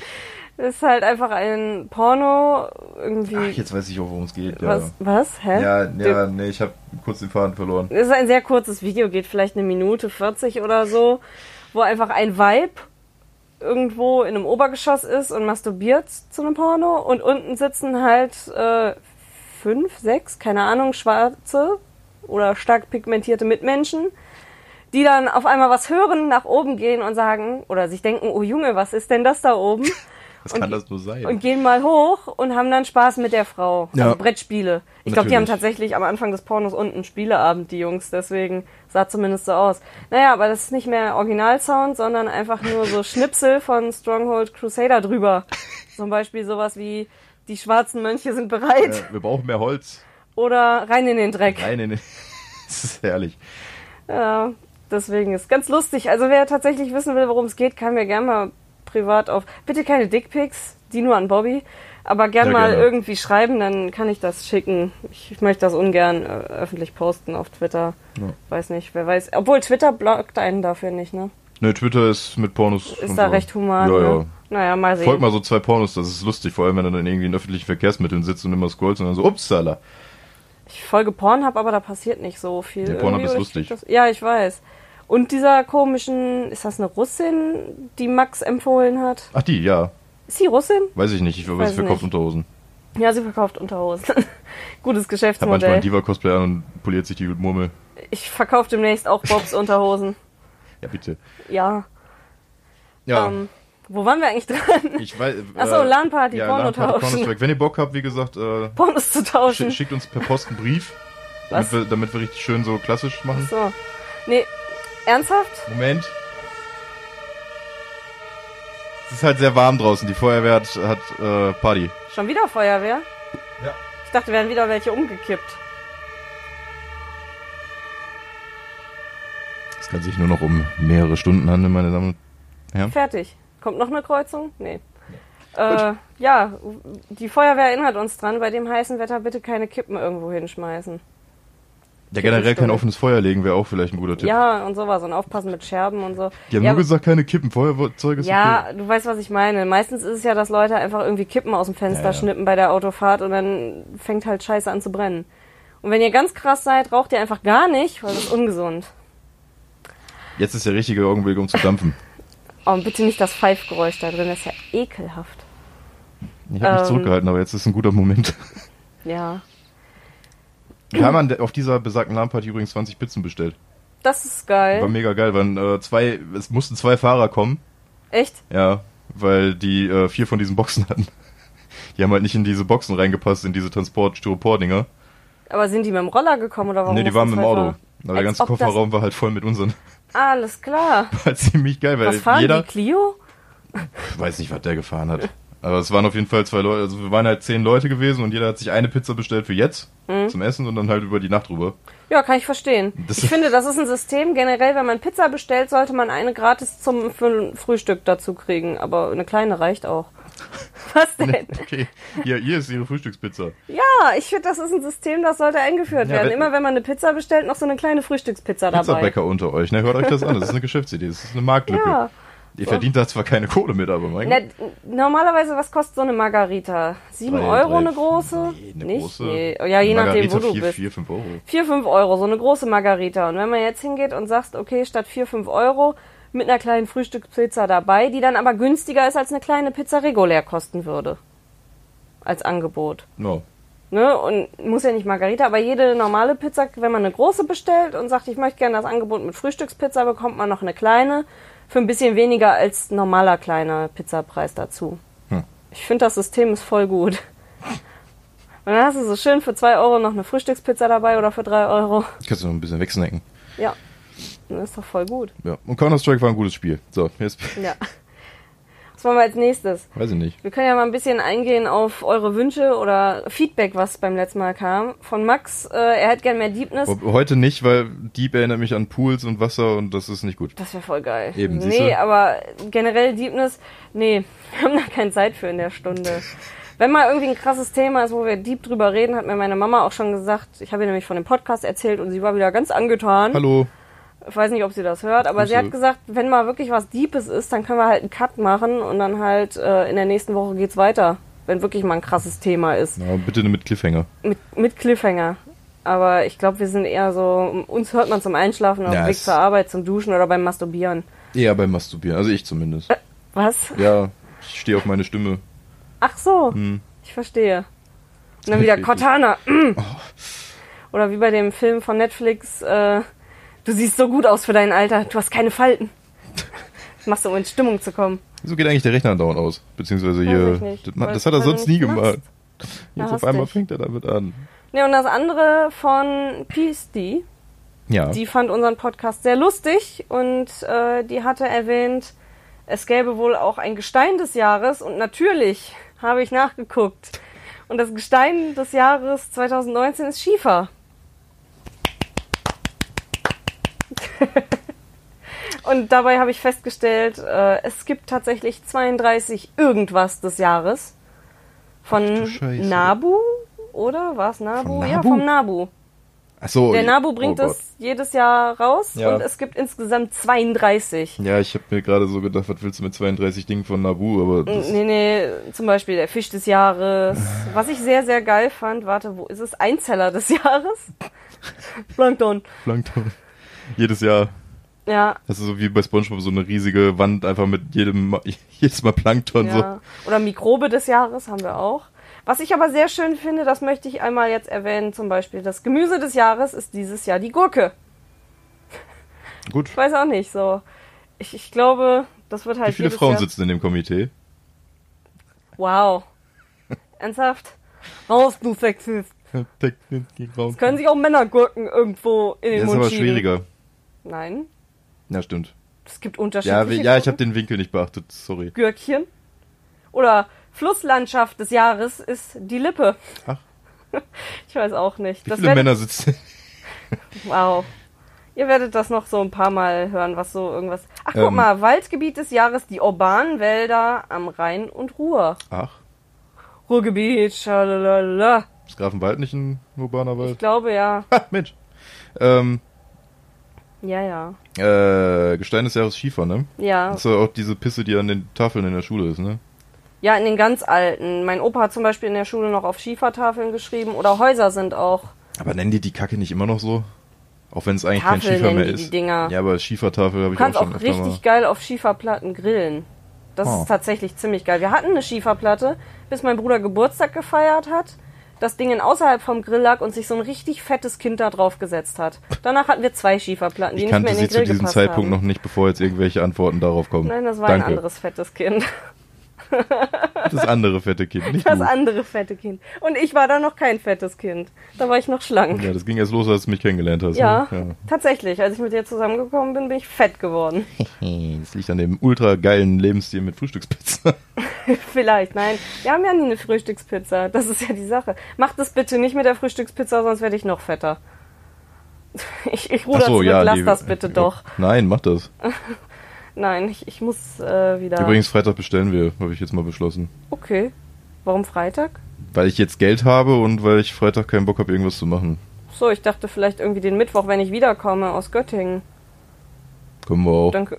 Speaker 2: Ist halt einfach ein Porno irgendwie.
Speaker 1: Ach, jetzt weiß ich auch, worum es geht. Ja,
Speaker 2: was, was? Hä?
Speaker 1: ja, ja
Speaker 2: Der-
Speaker 1: nee, ich habe kurz den Faden verloren.
Speaker 2: Es ist ein sehr kurzes Video, geht vielleicht eine Minute 40 oder so, wo einfach ein Vibe irgendwo in einem Obergeschoss ist und masturbiert zu einem Porno und unten sitzen halt äh, fünf, sechs, keine Ahnung, schwarze oder stark pigmentierte Mitmenschen, die dann auf einmal was hören, nach oben gehen und sagen oder sich denken, oh Junge, was ist denn das da oben?
Speaker 1: Was
Speaker 2: und-
Speaker 1: kann das nur sein?
Speaker 2: und gehen mal hoch und haben dann Spaß mit der Frau.
Speaker 1: Ja.
Speaker 2: Also Brettspiele. Ich glaube, die haben
Speaker 1: Natürlich.
Speaker 2: tatsächlich am Anfang des Pornos unten einen Spieleabend, die Jungs, deswegen sah zumindest so aus. Naja, aber das ist nicht mehr Originalsound, sondern einfach nur so Schnipsel von Stronghold Crusader drüber. Zum Beispiel sowas wie die schwarzen Mönche sind bereit
Speaker 1: Äh, wir brauchen mehr Holz.
Speaker 2: oder rein in den Dreck.
Speaker 1: Nein, nein, nein. Das ist herrlich.
Speaker 2: Ja, Äh, deswegen ist ganz lustig. Also wer tatsächlich wissen will, worum es geht, kann mir gerne mal privat auf. Bitte keine Dickpics, die nur an Bobby, aber gern
Speaker 1: Ja,
Speaker 2: mal
Speaker 1: gerne.
Speaker 2: irgendwie schreiben, dann kann ich das schicken. Ich, ich möchte das ungern äh, öffentlich posten auf Twitter.
Speaker 1: Ja.
Speaker 2: Weiß nicht, wer weiß. Obwohl Twitter blockt einen dafür nicht, ne?
Speaker 1: Ne, Twitter ist mit Pornos.
Speaker 2: Ist da recht human.
Speaker 1: Ja, ja.
Speaker 2: Ne? Naja, mal sehen.
Speaker 1: Folgt mal so zwei Pornos, das ist lustig, vor allem wenn du dann irgendwie in öffentlichen Verkehrsmitteln sitzt und immer scrollst und dann so, upsala.
Speaker 2: Ich folge Pornhub, aber da passiert nicht so viel.
Speaker 1: Nee, Pornhub
Speaker 2: Irgendwie,
Speaker 1: ist
Speaker 2: oder ich krieg
Speaker 1: lustig.
Speaker 2: Das, ja, ich weiß. Und dieser komischen, ist das eine Russin, die Max empfohlen hat?
Speaker 1: Ach die, ja.
Speaker 2: Ist sie Russin?
Speaker 1: Weiß ich nicht, ich weiß,
Speaker 2: Weiß
Speaker 1: weiß verkauft
Speaker 2: nicht.
Speaker 1: Unterhosen.
Speaker 2: Ja, sie verkauft Unterhosen.
Speaker 1: Hat manchmal
Speaker 2: Gutes
Speaker 1: ein
Speaker 2: Geschäftsmodell.
Speaker 1: Diva-Cosplay an und poliert sich die Murmel.
Speaker 2: Ich verkaufe demnächst auch Bobs Unterhosen.
Speaker 1: Ja, bitte.
Speaker 2: Ja.
Speaker 1: Ja, Äh,
Speaker 2: Ähm, wo waren wir eigentlich dran?
Speaker 1: ich weiß.
Speaker 2: Ach so, LAN-Party, Porno
Speaker 1: LAN-Party,
Speaker 2: tauschen.
Speaker 1: Pornos weg. Wenn ihr Bock habt, wie gesagt, äh,
Speaker 2: Pornos zu
Speaker 1: sch
Speaker 2: tauschen.
Speaker 1: schickt uns per Post einen Brief, damit
Speaker 2: Was?
Speaker 1: wir, damit wir richtig schön so klassisch machen.
Speaker 2: So. Nee, ernsthaft?
Speaker 1: Moment. Es ist halt sehr warm draußen, die Feuerwehr hat, hat äh, Party.
Speaker 2: Schon wieder Feuerwehr?
Speaker 1: Ja.
Speaker 2: Ich dachte, wären wieder welche umgekippt.
Speaker 1: Es kann sich nur noch um mehrere Stunden handeln, meine Damen und
Speaker 2: Fertig. Kommt noch eine Kreuzung? Nee. Äh, ja, die Feuerwehr erinnert uns dran, bei dem heißen Wetter bitte keine Kippen irgendwo hinschmeißen.
Speaker 1: Ja, generell kein
Speaker 2: Stunde.
Speaker 1: offenes Feuer legen wäre auch vielleicht ein guter Tipp.
Speaker 2: Ja, und sowas. Und aufpassen mit Scherben und so.
Speaker 1: Die haben
Speaker 2: ja,
Speaker 1: nur gesagt, keine Kippen, Feuerzeug ist
Speaker 2: Ja,
Speaker 1: okay.
Speaker 2: du weißt, was ich meine. Meistens ist es ja, dass Leute einfach irgendwie Kippen aus dem Fenster
Speaker 1: Ja, ja.
Speaker 2: schnippen bei der Autofahrt und dann fängt halt Scheiße an zu brennen. Und wenn ihr ganz krass seid, raucht ihr einfach gar nicht, weil das ist ungesund.
Speaker 1: Jetzt ist der richtige Augenblick, um zu dampfen.
Speaker 2: Oh, und bitte nicht das Pfeifgeräusch da drin, das ist ja ekelhaft.
Speaker 1: Ich habe
Speaker 2: Ähm.
Speaker 1: mich zurückgehalten, aber jetzt ist ein guter Moment.
Speaker 2: Ja.
Speaker 1: Wir haben an der- auf dieser besagten LAN-Party übrigens 20 Pizzen bestellt.
Speaker 2: Das ist geil.
Speaker 1: War mega geil, waren äh, zwei, es mussten zwei Fahrer kommen,
Speaker 2: Echt?
Speaker 1: ja, weil die äh, vier von diesen Boxen hatten. Die haben halt nicht in diese Boxen reingepasst, in diese Transport-Styropor-Dinger.
Speaker 2: Aber sind die mit dem Roller gekommen oder warum?
Speaker 1: Ne, die
Speaker 2: mussten
Speaker 1: waren mit dem
Speaker 2: zwei
Speaker 1: Auto.
Speaker 2: fahren?
Speaker 1: Aber der
Speaker 2: Als
Speaker 1: ganze
Speaker 2: ob das-
Speaker 1: Kofferraum war halt voll mit unseren.
Speaker 2: Alles klar.
Speaker 1: War ziemlich geil, weil
Speaker 2: Was fahren
Speaker 1: Äh, jeder,
Speaker 2: die? Clio?
Speaker 1: Ich weiß nicht, was der gefahren hat. Aber es waren auf jeden Fall zwei Leute, also wir waren halt zehn Leute gewesen und jeder hat sich eine Pizza bestellt für jetzt
Speaker 2: Mhm.
Speaker 1: zum Essen und dann halt über die Nacht rüber.
Speaker 2: Ja, kann ich verstehen.
Speaker 1: Das-
Speaker 2: ich finde, das ist ein System. Generell, wenn man Pizza bestellt, sollte man eine gratis zum für ein Frühstück dazu kriegen. Aber eine kleine reicht auch. Was denn?
Speaker 1: Okay, hier, hier ist ihre Frühstückspizza.
Speaker 2: Ja, ich finde, das ist ein System, das sollte eingeführt
Speaker 1: Ja,
Speaker 2: werden.
Speaker 1: wenn-
Speaker 2: Immer wenn man eine Pizza bestellt, noch so eine kleine Frühstückspizza dabei.
Speaker 1: Pizzabäcker unter euch, ne? Hört euch das an, das ist eine Geschäftsidee, das ist eine Marktlücke.
Speaker 2: Ja.
Speaker 1: Ihr verdient da zwar keine Kohle mit, aber mein
Speaker 2: Na,
Speaker 1: Gott.
Speaker 2: d- Ne, normalerweise, was kostet so eine Margarita? Sieben
Speaker 1: Drei-
Speaker 2: Euro
Speaker 1: drei-
Speaker 2: eine große?
Speaker 1: Nee, eine
Speaker 2: Nicht?
Speaker 1: große.
Speaker 2: Nee. Ja, je nachdem, wo
Speaker 1: Margarita,
Speaker 2: du
Speaker 1: vier,
Speaker 2: bist.
Speaker 1: Vier, fünf Euro.
Speaker 2: 4, 5 Euro, so eine große Margarita. Und wenn man jetzt hingeht und sagt, okay, statt 4, 5 Euro mit einer kleinen Frühstückspizza dabei, die dann aber günstiger ist, als eine kleine Pizza regulär kosten würde. Als Angebot.
Speaker 1: No.
Speaker 2: Ne? Und muss ja nicht Margarita, aber jede normale Pizza, wenn man eine große bestellt und sagt, ich möchte gerne das Angebot mit Frühstückspizza, bekommt man noch eine kleine für ein bisschen weniger als normaler kleiner Pizzapreis dazu.
Speaker 1: Hm.
Speaker 2: Ich finde, das System ist voll gut. Und dann hast du so schön für 2 Euro noch eine Frühstückspizza dabei oder für 3 Euro.
Speaker 1: Kannst du noch ein bisschen wegsnacken.
Speaker 2: Ja. Das ist doch voll gut.
Speaker 1: Ja. Und Counter-Strike war ein gutes Spiel. So, jetzt,
Speaker 2: Ja. Was wollen wir als nächstes?
Speaker 1: weiß ich nicht.
Speaker 2: Wir können ja mal ein bisschen eingehen auf eure Wünsche oder Feedback, was beim letzten Mal kam. Von Max, äh, er hätte gern mehr Deepness.
Speaker 1: Ob- Heute nicht, weil Dieb erinnert mich an Pools und Wasser und das ist nicht gut.
Speaker 2: Das wäre voll geil.
Speaker 1: Eben, siehst
Speaker 2: nee,
Speaker 1: du?
Speaker 2: aber generell Deepness, nee, wir haben da keine Zeit für in der Stunde. Wenn mal irgendwie ein krasses Thema ist, wo wir deep drüber reden, hat mir meine Mama auch schon gesagt, ich habe ihr nämlich von dem Podcast erzählt und sie war wieder ganz angetan.
Speaker 1: Hallo.
Speaker 2: Ich weiß nicht, ob sie das hört, aber sie
Speaker 1: Grüße.
Speaker 2: hat gesagt, wenn mal wirklich was Deepes ist, dann können wir halt einen Cut machen und dann halt äh, in der nächsten Woche geht's weiter, wenn wirklich mal ein krasses Thema ist.
Speaker 1: Ja, bitte mit Cliffhanger.
Speaker 2: Mit, mit Cliffhanger. Aber ich glaube, wir sind eher so, uns hört man zum Einschlafen, auf dem
Speaker 1: Ja,
Speaker 2: Weg
Speaker 1: es-
Speaker 2: zur Arbeit, zum Duschen oder beim Masturbieren.
Speaker 1: Eher beim Masturbieren, also ich zumindest.
Speaker 2: Äh. Was?
Speaker 1: Ja, ich stehe auf meine Stimme.
Speaker 2: Ach so,
Speaker 1: Hm.
Speaker 2: ich verstehe. Und dann wieder
Speaker 1: Richtig.
Speaker 2: Cortana.
Speaker 1: Oh.
Speaker 2: Oder wie bei dem Film von Netflix, äh, du siehst so gut aus für dein Alter, du hast keine Falten. Das machst du, um in Stimmung zu kommen.
Speaker 1: Wieso geht eigentlich der Rechner dauernd aus? Beziehungsweise
Speaker 2: Weiß ich
Speaker 1: hier.
Speaker 2: nicht,
Speaker 1: Das,
Speaker 2: weil-
Speaker 1: ma- das hat er
Speaker 2: weil du
Speaker 1: sonst nie
Speaker 2: nichts
Speaker 1: gemacht. Jetzt
Speaker 2: Na,
Speaker 1: auf einmal
Speaker 2: hastig.
Speaker 1: fängt er damit an.
Speaker 2: Ne, und das andere von Peace
Speaker 1: Ja.
Speaker 2: Die fand unseren Podcast sehr lustig und äh, die hatte erwähnt, es gäbe wohl auch ein Gestein des Jahres und natürlich habe ich nachgeguckt. Und das Gestein des Jahres 2019 ist Schiefer. und dabei habe ich festgestellt, äh, es gibt tatsächlich 32 irgendwas des Jahres
Speaker 1: du
Speaker 2: von
Speaker 1: Scheiße.
Speaker 2: Nabu oder was Nabu? Ja,
Speaker 1: Nabu?
Speaker 2: vom Nabu.
Speaker 1: Achso.
Speaker 2: Der NABU bringt
Speaker 1: das.
Speaker 2: das jedes Jahr raus
Speaker 1: Oh Ja.
Speaker 2: und es gibt insgesamt 32.
Speaker 1: Ja, ich habe mir gerade so gedacht, was willst du mit 32 Dingen von Nabu, aber das,
Speaker 2: Nee, nee, zum Beispiel der Fisch des Jahres. Was ich sehr, sehr geil fand, warte, wo ist es? Einzeller des Jahres? Plankton.
Speaker 1: Plankton. Jedes Jahr.
Speaker 2: Ja.
Speaker 1: Das ist so wie bei Spongebob so eine riesige Wand einfach mit jedem Ma- jedes Mal Plankton
Speaker 2: ja. Oder Mikrobe des Jahres haben wir auch. Was ich aber sehr schön finde, das möchte ich einmal jetzt erwähnen, zum Beispiel das Gemüse des Jahres ist dieses Jahr die Gurke.
Speaker 1: so. Gut.
Speaker 2: Ich weiß auch nicht, so. Ich, ich glaube, das wird halt
Speaker 1: Wie viele
Speaker 2: jedes
Speaker 1: Frauen
Speaker 2: Jahr...
Speaker 1: sitzen in dem Komitee?
Speaker 2: Wow. Ernsthaft? Raus, du Sexist.
Speaker 1: Das
Speaker 2: Können sich auch Männergurken irgendwo in den
Speaker 1: ja, ist
Speaker 2: Mund
Speaker 1: aber
Speaker 2: schieben?
Speaker 1: schwieriger.
Speaker 2: Nein,
Speaker 1: Ja, stimmt.
Speaker 2: es gibt unterschiedliche
Speaker 1: Ja, we- ja, ich habe
Speaker 2: Gurken.
Speaker 1: den Winkel nicht beachtet, sorry.
Speaker 2: Gürkchen. Oder Flusslandschaft des Jahres ist die Lippe.
Speaker 1: Ach.
Speaker 2: Ich weiß auch nicht.
Speaker 1: Wie
Speaker 2: Das
Speaker 1: viele
Speaker 2: werdet-
Speaker 1: Männer sitzen?
Speaker 2: Wow. Ihr werdet das noch so ein paar Mal hören, was so irgendwas. Ach, guck
Speaker 1: Ähm.
Speaker 2: mal, Waldgebiet des Jahres, die urbanen Wälder am Rhein und Ruhr.
Speaker 1: Ach,
Speaker 2: Ruhrgebiet, schalalala.
Speaker 1: ist Grafenwald nicht ein urbaner
Speaker 2: Ich
Speaker 1: Wald?
Speaker 2: glaube ja.
Speaker 1: Ha, Mensch. Ähm,
Speaker 2: Ja, ja.
Speaker 1: äh, Gestein des Jahres Schiefer, ne?
Speaker 2: Ja.
Speaker 1: Das ist ja auch diese Pisse, die an den Tafeln in der Schule ist, ne?
Speaker 2: Ja, in den ganz alten. Mein Opa hat zum Beispiel in der Schule noch auf Schiefertafeln geschrieben oder Häuser sind auch.
Speaker 1: Aber nennen die die Kacke nicht immer noch so? Auch wenn es eigentlich
Speaker 2: Tafel
Speaker 1: kein Schiefer
Speaker 2: nennen
Speaker 1: mehr
Speaker 2: die die
Speaker 1: ist.
Speaker 2: Dinger.
Speaker 1: Ja, aber Schiefertafel habe
Speaker 2: Du
Speaker 1: ich auch
Speaker 2: kannst
Speaker 1: schon
Speaker 2: auch
Speaker 1: öfter mal.
Speaker 2: richtig geil auf Schieferplatten grillen. Das
Speaker 1: Oh.
Speaker 2: ist tatsächlich ziemlich geil. Wir hatten eine Schieferplatte, bis mein Bruder Geburtstag gefeiert hat, das Ding in außerhalb vom Grill lag und sich so ein richtig fettes Kind da drauf gesetzt hat. Danach hatten wir zwei Schieferplatten, die
Speaker 1: Ich
Speaker 2: nicht mehr
Speaker 1: kannte
Speaker 2: in
Speaker 1: sie
Speaker 2: den
Speaker 1: zu
Speaker 2: Grill
Speaker 1: diesem
Speaker 2: gepasst
Speaker 1: Zeitpunkt
Speaker 2: haben.
Speaker 1: noch nicht, bevor jetzt irgendwelche Antworten darauf kommen.
Speaker 2: Nein, das war
Speaker 1: Danke.
Speaker 2: ein anderes fettes Kind.
Speaker 1: Das andere fette Kind, nicht
Speaker 2: Das
Speaker 1: du.
Speaker 2: andere fette Kind. Und ich war da noch kein fettes Kind. Da war ich noch schlank.
Speaker 1: Ja, das ging erst los, als du mich kennengelernt hast.
Speaker 2: Ja,
Speaker 1: ne?
Speaker 2: tatsächlich. Als ich mit dir zusammengekommen bin, bin ich fett geworden.
Speaker 1: ja. Das liegt an dem ultra geilen Lebensstil mit Frühstückspizza.
Speaker 2: Vielleicht, nein. Wir haben ja nie eine Frühstückspizza. Das ist ja die Sache. Mach das bitte nicht mit der Frühstückspizza, sonst werde ich noch fetter. Ich, ich ruder
Speaker 1: Ach so,
Speaker 2: zurück,
Speaker 1: ja,
Speaker 2: lass
Speaker 1: die- äh,
Speaker 2: das bitte doch.
Speaker 1: Nein, mach das.
Speaker 2: Nein, ich, ich muss äh, wieder.
Speaker 1: Übrigens, Freitag bestellen wir, habe ich jetzt mal beschlossen.
Speaker 2: Okay. Warum Freitag?
Speaker 1: Weil ich jetzt Geld habe und weil ich Freitag keinen Bock habe, irgendwas zu machen.
Speaker 2: So, ich dachte vielleicht irgendwie den Mittwoch, wenn ich wiederkomme aus Göttingen.
Speaker 1: Können wir auch.
Speaker 2: Danke.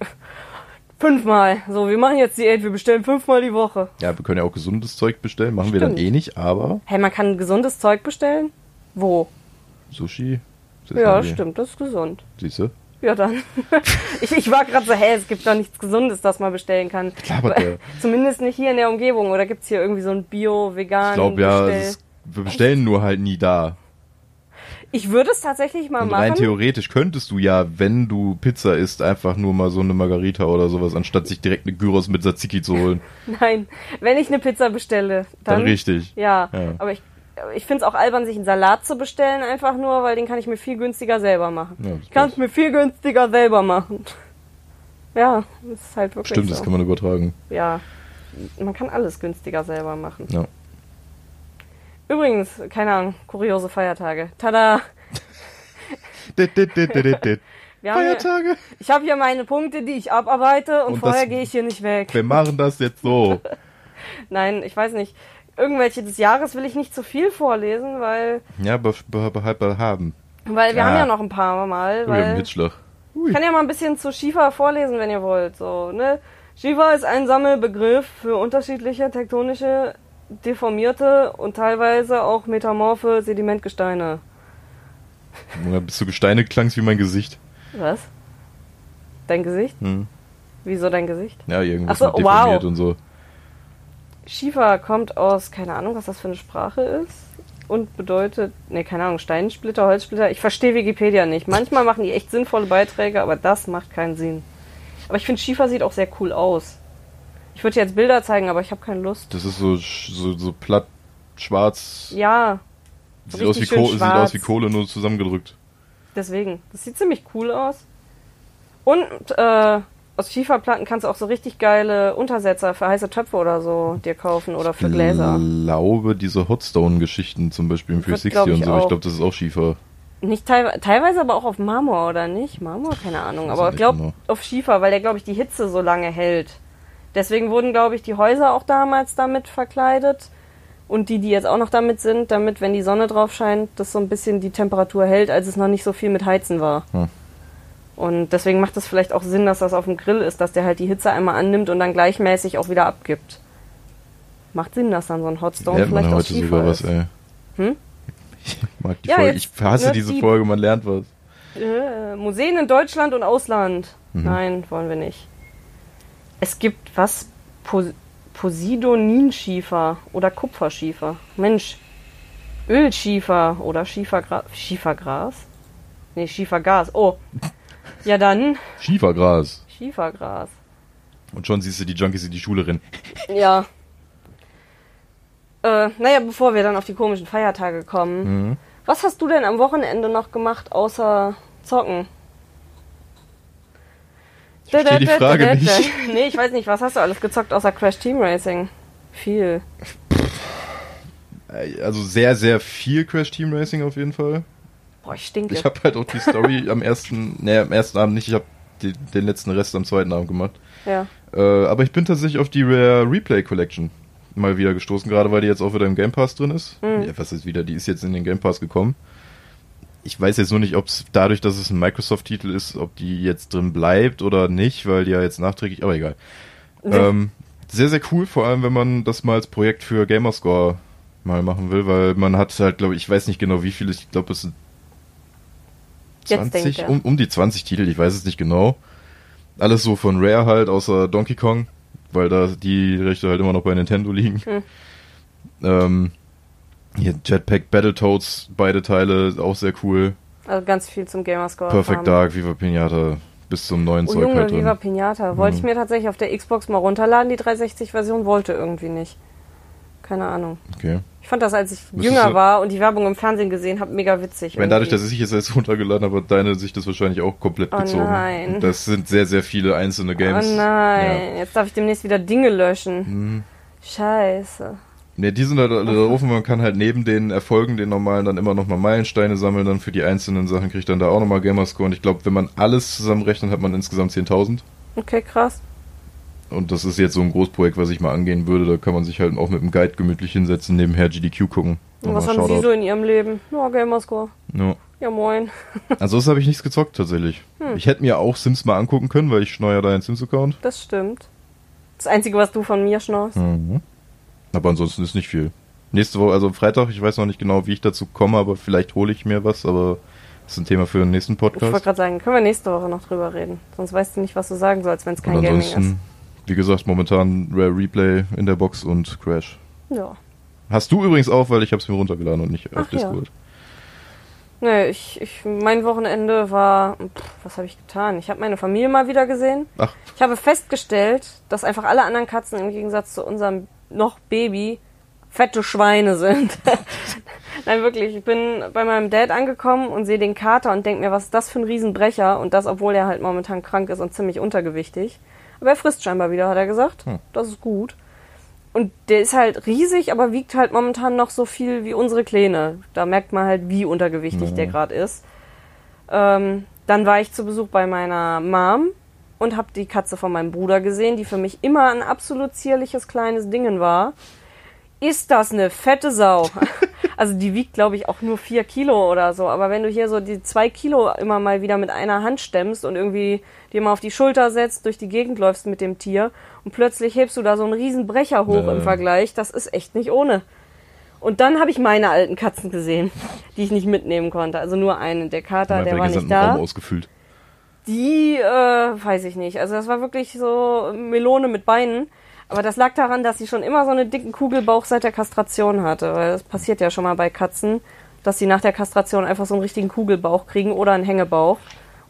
Speaker 2: Fünfmal. So, wir machen jetzt Diät, wir bestellen fünfmal die Woche.
Speaker 1: Ja, wir können ja auch gesundes Zeug bestellen, machen wir dann
Speaker 2: Stimmt.
Speaker 1: eh nicht, aber
Speaker 2: Hey, man kann gesundes Zeug bestellen? Wo?
Speaker 1: Sushi.
Speaker 2: Ja, stimmt, das ist gesund.
Speaker 1: Siehst du?
Speaker 2: Ja, dann. ich, ich war gerade so, hä, es gibt doch nichts Gesundes, das man bestellen kann.
Speaker 1: labert der?
Speaker 2: Zumindest nicht hier in der Umgebung. Oder gibt's hier irgendwie so ein Bio-Vegan?
Speaker 1: Ich glaube ja, es ist, wir bestellen nur halt nie da.
Speaker 2: Ich würde es tatsächlich mal
Speaker 1: Und rein
Speaker 2: machen.
Speaker 1: theoretisch könntest du ja, wenn du Pizza isst, einfach nur mal so eine Margarita oder sowas, anstatt sich direkt eine Gyros mit Tzatziki zu holen.
Speaker 2: Nein, wenn ich eine Pizza bestelle, dann.
Speaker 1: Dann richtig.
Speaker 2: Ja,
Speaker 1: Ja.
Speaker 2: aber ich. Ich finde es auch albern, sich einen Salat zu bestellen, einfach nur, weil den kann ich mir viel günstiger selber machen.
Speaker 1: Ja, das
Speaker 2: ich kann es mir viel günstiger selber machen. Ja, das ist halt wirklich
Speaker 1: Stimmt,
Speaker 2: so.
Speaker 1: das kann man übertragen.
Speaker 2: ja, man kann alles günstiger selber machen.
Speaker 1: Ja.
Speaker 2: Übrigens, keine Ahnung, kuriose Feiertage. Tada! Wir haben hier,
Speaker 1: Feiertage.
Speaker 2: ich habe hier meine Punkte, die ich abarbeite und,
Speaker 1: Und das-
Speaker 2: vorher gehe ich hier nicht weg.
Speaker 1: Wir machen das jetzt so.
Speaker 2: Nein, ich weiß nicht. Irgendwelche des Jahres will ich nicht zu viel vorlesen, weil,
Speaker 1: Ja, aber halt mal haben.
Speaker 2: weil wir
Speaker 1: Ah.
Speaker 2: haben ja noch ein paar Mal.
Speaker 1: Wir haben
Speaker 2: Weil
Speaker 1: einen Hitschlag.
Speaker 2: Ich kann ja mal ein bisschen zu Schiefer vorlesen, wenn ihr wollt. So, ne? Schiefer ist ein Sammelbegriff für unterschiedliche tektonische, deformierte und teilweise auch metamorphe Sedimentgesteine.
Speaker 1: Junge, Bis zu Gesteine klang's wie mein Gesicht.
Speaker 2: Was? Dein Gesicht?
Speaker 1: Hm.
Speaker 2: Wieso dein Gesicht?
Speaker 1: Ja, irgendwas
Speaker 2: Ach so,
Speaker 1: mit deformiert
Speaker 2: wow.
Speaker 1: und so.
Speaker 2: Schiefer kommt aus, keine Ahnung, was das für eine Sprache ist. Und bedeutet, ne, keine Ahnung, Steinsplitter, Holzsplitter. Ich verstehe Wikipedia nicht. Manchmal machen die echt sinnvolle Beiträge, aber das macht keinen Sinn. Aber ich finde, Schiefer sieht auch sehr cool aus. Ich würde dir jetzt Bilder zeigen, aber ich habe keine Lust.
Speaker 1: Das ist so, sch- so, so platt, schwarz.
Speaker 2: Ja,
Speaker 1: sieht, aus wie
Speaker 2: richtig schön
Speaker 1: Kohle, sieht
Speaker 2: schwarz.
Speaker 1: aus wie Kohle, nur zusammengedrückt.
Speaker 2: deswegen. Das sieht ziemlich cool aus. Und äh, aus Schieferplatten kannst du auch so richtig geile Untersetzer für heiße Töpfe oder so dir kaufen oder
Speaker 1: Äh,
Speaker 2: für Gläser.
Speaker 1: Ich glaube, diese Hotstone-Geschichten zum Beispiel im
Speaker 2: Wird,
Speaker 1: 360
Speaker 2: glaub ich,
Speaker 1: und so,
Speaker 2: auch.
Speaker 1: ich glaube, das ist auch Schiefer.
Speaker 2: Nicht teilweise, teilweise aber auch auf Marmor, oder nicht? Marmor, keine Ahnung.
Speaker 1: Weiß
Speaker 2: Aber
Speaker 1: ich
Speaker 2: ich
Speaker 1: nicht
Speaker 2: glaube
Speaker 1: genau.
Speaker 2: auf Schiefer, weil der, glaube ich, die Hitze so lange hält. Deswegen wurden, glaube ich, die Häuser auch damals damit verkleidet. Und die, die jetzt auch noch damit sind, damit, wenn die Sonne drauf scheint, das so ein bisschen die Temperatur hält, als es noch nicht so viel mit Heizen war.
Speaker 1: Hm.
Speaker 2: Und deswegen macht es vielleicht auch Sinn, dass das auf dem Grill ist, dass der halt die Hitze einmal annimmt und dann gleichmäßig auch wieder abgibt. Macht Sinn, dass dann so ein Hotstone
Speaker 1: Lernt man
Speaker 2: vielleicht aus
Speaker 1: heute
Speaker 2: Schiefer
Speaker 1: sogar was,
Speaker 2: ist.
Speaker 1: ey.
Speaker 2: Hm?
Speaker 1: Ich mag die
Speaker 2: Ja,
Speaker 1: Folge.
Speaker 2: jetzt
Speaker 1: Ich hasse
Speaker 2: wird
Speaker 1: diese
Speaker 2: die-
Speaker 1: Folge, man lernt was.
Speaker 2: Äh, Museen in Deutschland und Ausland. Nein, wollen wir nicht. Es gibt was? Pos Posidoninschiefer oder Kupferschiefer. Mensch. Ölschiefer oder Schiefergra Schiefergras? Nee, Schiefergas. Oh. Ja, dann
Speaker 1: Schiefergras.
Speaker 2: Schiefergras.
Speaker 1: Und schon siehst du die Junkies in die Schule rennen.
Speaker 2: Ja. Äh, naja, bevor wir dann auf die komischen Feiertage kommen.
Speaker 1: Mhm.
Speaker 2: Was hast du denn am Wochenende noch gemacht, außer zocken? Ich
Speaker 1: verstehe die Frage nicht.
Speaker 2: Nee, ich weiß nicht, was hast du alles gezockt außer Crash Team Racing? Viel.
Speaker 1: Äh, Also sehr, sehr viel Crash Team Racing auf jeden Fall.
Speaker 2: Boah, ich stinke.
Speaker 1: Ich habe halt auch die Story am ersten, nee, am ersten Abend nicht, ich habe den letzten Rest am zweiten Abend gemacht.
Speaker 2: ja.
Speaker 1: Äh, aber ich bin tatsächlich auf die Rare Replay Collection mal wieder gestoßen, gerade weil die jetzt auch wieder im Game Pass drin ist. Ja, was ist wieder? Die ist jetzt in den Game Pass gekommen. Ich weiß jetzt nur nicht, ob es dadurch, dass es ein Microsoft-Titel ist, ob die jetzt drin bleibt oder nicht, weil die ja jetzt nachträglich, aber egal. Ähm, sehr, sehr cool, vor allem wenn man das mal als Projekt für Gamerscore mal machen will, weil man hat halt, glaube ich, ich weiß nicht genau wie viele, ich glaube es sind
Speaker 2: Jetzt denkt
Speaker 1: 20,
Speaker 2: er.
Speaker 1: um, um die 20 Titel, ich weiß es nicht genau. Alles so von Rare halt, außer Donkey Kong, weil da die Rechte halt immer noch bei Nintendo liegen.
Speaker 2: Hm.
Speaker 1: Ähm, hier Jetpack Battletoads, beide Teile, auch sehr cool.
Speaker 2: Also ganz viel zum Gamerscore.
Speaker 1: Perfect Dark, Viva Pinata, bis zum neuen
Speaker 2: Oh
Speaker 1: Zeug
Speaker 2: Junge,
Speaker 1: halt
Speaker 2: Viva
Speaker 1: drin. Mhm.
Speaker 2: Pinata. Wollte ich mir tatsächlich auf der Xbox mal runterladen, die 360-Version wollte irgendwie nicht. Keine Ahnung.
Speaker 1: Okay.
Speaker 2: Ich fand das, als ich
Speaker 1: Müsstest
Speaker 2: jünger
Speaker 1: du-
Speaker 2: war und die Werbung im Fernsehen gesehen habe, mega witzig.
Speaker 1: Ich meine, dadurch, dass ich es jetzt runtergeladen habe, hat deine sich das wahrscheinlich auch komplett
Speaker 2: Oh
Speaker 1: gezogen.
Speaker 2: nein.
Speaker 1: Und Das sind sehr, sehr viele einzelne Games. Mhm.
Speaker 2: Oh nein, jetzt darf ich demnächst wieder Dinge löschen. Scheiße.
Speaker 1: Ne, die sind halt alle drauf und man kann halt neben den Erfolgen, den normalen, dann immer nochmal Meilensteine sammeln, dann für die einzelnen Sachen kriegt dann da auch nochmal Gamerscore und ich glaube, wenn man alles zusammenrechnet, hat man insgesamt 10.000
Speaker 2: Okay, krass.
Speaker 1: und das ist jetzt so ein Großprojekt, was ich mal angehen würde, da kann man sich halt auch mit dem Guide gemütlich hinsetzen, nebenher GDQ gucken.
Speaker 2: Und
Speaker 1: Nochmal
Speaker 2: was haben Sie
Speaker 1: Shoutout.
Speaker 2: so in Ihrem Leben? Ja, Gamerscore.
Speaker 1: Ja.
Speaker 2: Ja, moin.
Speaker 1: Ansonsten habe ich nichts gezockt tatsächlich.
Speaker 2: Hm.
Speaker 1: Ich hätte mir auch Sims mal angucken können, weil ich schneue ja deinen Sims-Account.
Speaker 2: Das stimmt. Das Einzige, was du von mir schnorst.
Speaker 1: Aber ansonsten ist nicht viel. Nächste Woche, also Freitag, ich weiß noch nicht genau, wie ich dazu komme, aber vielleicht hole ich mir was, aber das ist ein Thema für den nächsten
Speaker 2: Ich
Speaker 1: Podcast.
Speaker 2: wollte gerade sagen, können wir nächste Woche noch drüber reden. Sonst weißt du nicht, was du sagen sollst, wenn es kein
Speaker 1: Und
Speaker 2: Gaming ist.
Speaker 1: ansonsten, wie gesagt, momentan Rare Replay in der Box und Crash.
Speaker 2: Ja.
Speaker 1: Hast du übrigens auch, weil ich hab's mir runtergeladen und nicht auf
Speaker 2: Ach ja.
Speaker 1: Discord.
Speaker 2: Nee, ich, ich, mein Wochenende war, pff, was habe ich getan? Ich habe meine Familie mal wieder gesehen.
Speaker 1: Ach,
Speaker 2: Ich habe festgestellt, dass einfach alle anderen Katzen im Gegensatz zu unserem noch Baby fette Schweine sind. Nein, wirklich, ich bin bei meinem Dad angekommen und sehe den Kater und denke mir, was ist das für ein Riesenbrecher? Und das, obwohl er halt momentan krank ist und ziemlich untergewichtig. Aber er frisst scheinbar wieder, hat er gesagt. Das ist gut. Und der ist halt riesig, aber wiegt halt momentan noch so viel wie unsere Kleine. Da merkt man halt, wie untergewichtig der gerade ist. Ähm, dann war ich zu Besuch bei meiner Mom und habe die Katze von meinem Bruder gesehen, die für mich immer ein absolut zierliches kleines Dingen war. Ist das eine fette Sau? Also die wiegt, glaube ich, auch nur vier Kilo oder so. Aber wenn du hier so die zwei Kilo immer mal wieder mit einer Hand stemmst und irgendwie dir mal auf die Schulter setzt, durch die Gegend läufst mit dem Tier und plötzlich hebst du da so einen riesen Brecher hoch
Speaker 1: Ja.
Speaker 2: im Vergleich, das ist echt nicht ohne. Und dann habe ich meine alten Katzen gesehen, die ich nicht mitnehmen konnte. Also nur einen. Der Kater,
Speaker 1: einfach
Speaker 2: der
Speaker 1: den
Speaker 2: war nicht
Speaker 1: gesamten
Speaker 2: da.
Speaker 1: Raum ausgefüllt.
Speaker 2: Die, äh, weiß ich nicht. Also das war wirklich so Melone mit Beinen. Aber das lag daran, dass sie schon immer so einen dicken Kugelbauch seit der Kastration hatte. Weil das passiert ja schon mal bei Katzen, dass sie nach der Kastration einfach so einen richtigen Kugelbauch kriegen oder einen Hängebauch.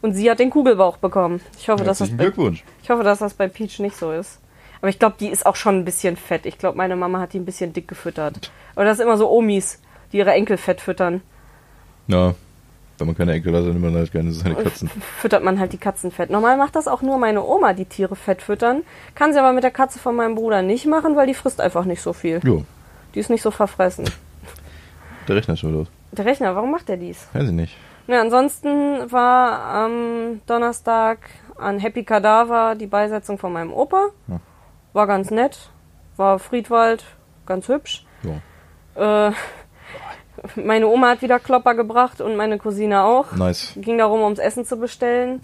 Speaker 2: Und sie hat den Kugelbauch bekommen. Ich hoffe, dass das
Speaker 1: Herzlichen
Speaker 2: bei,
Speaker 1: Glückwunsch.
Speaker 2: ich hoffe, dass das bei Peach nicht so ist. Aber ich glaube, die ist auch schon ein bisschen fett. Ich glaube, meine Mama hat die ein bisschen dick gefüttert. Aber das sind immer so Omis, die ihre Enkel fett füttern.
Speaker 1: Ja. Wenn man keine Enkel hat, dann nimmt man halt gerne seine
Speaker 2: Und
Speaker 1: Katzen.
Speaker 2: f- Füttert man halt die Katzen fett. Normal macht das auch nur meine Oma, die Tiere fett füttern. Kann sie aber mit der Katze von meinem Bruder nicht machen, weil die frisst einfach nicht so viel.
Speaker 1: Jo,
Speaker 2: Die ist nicht so verfressen.
Speaker 1: der Rechner ist schon los.
Speaker 2: Der Rechner, warum macht er dies?
Speaker 1: Weiß ich nicht.
Speaker 2: Ja, ansonsten war am Donnerstag an Happy Kadaver die Beisetzung von meinem Opa.
Speaker 1: Ja.
Speaker 2: War ganz nett. War Friedwald, ganz hübsch.
Speaker 1: Jo.
Speaker 2: Äh, meine Oma hat wieder Klopper gebracht und meine Cousine auch.
Speaker 1: Nice.
Speaker 2: Ging darum, ums Essen zu bestellen.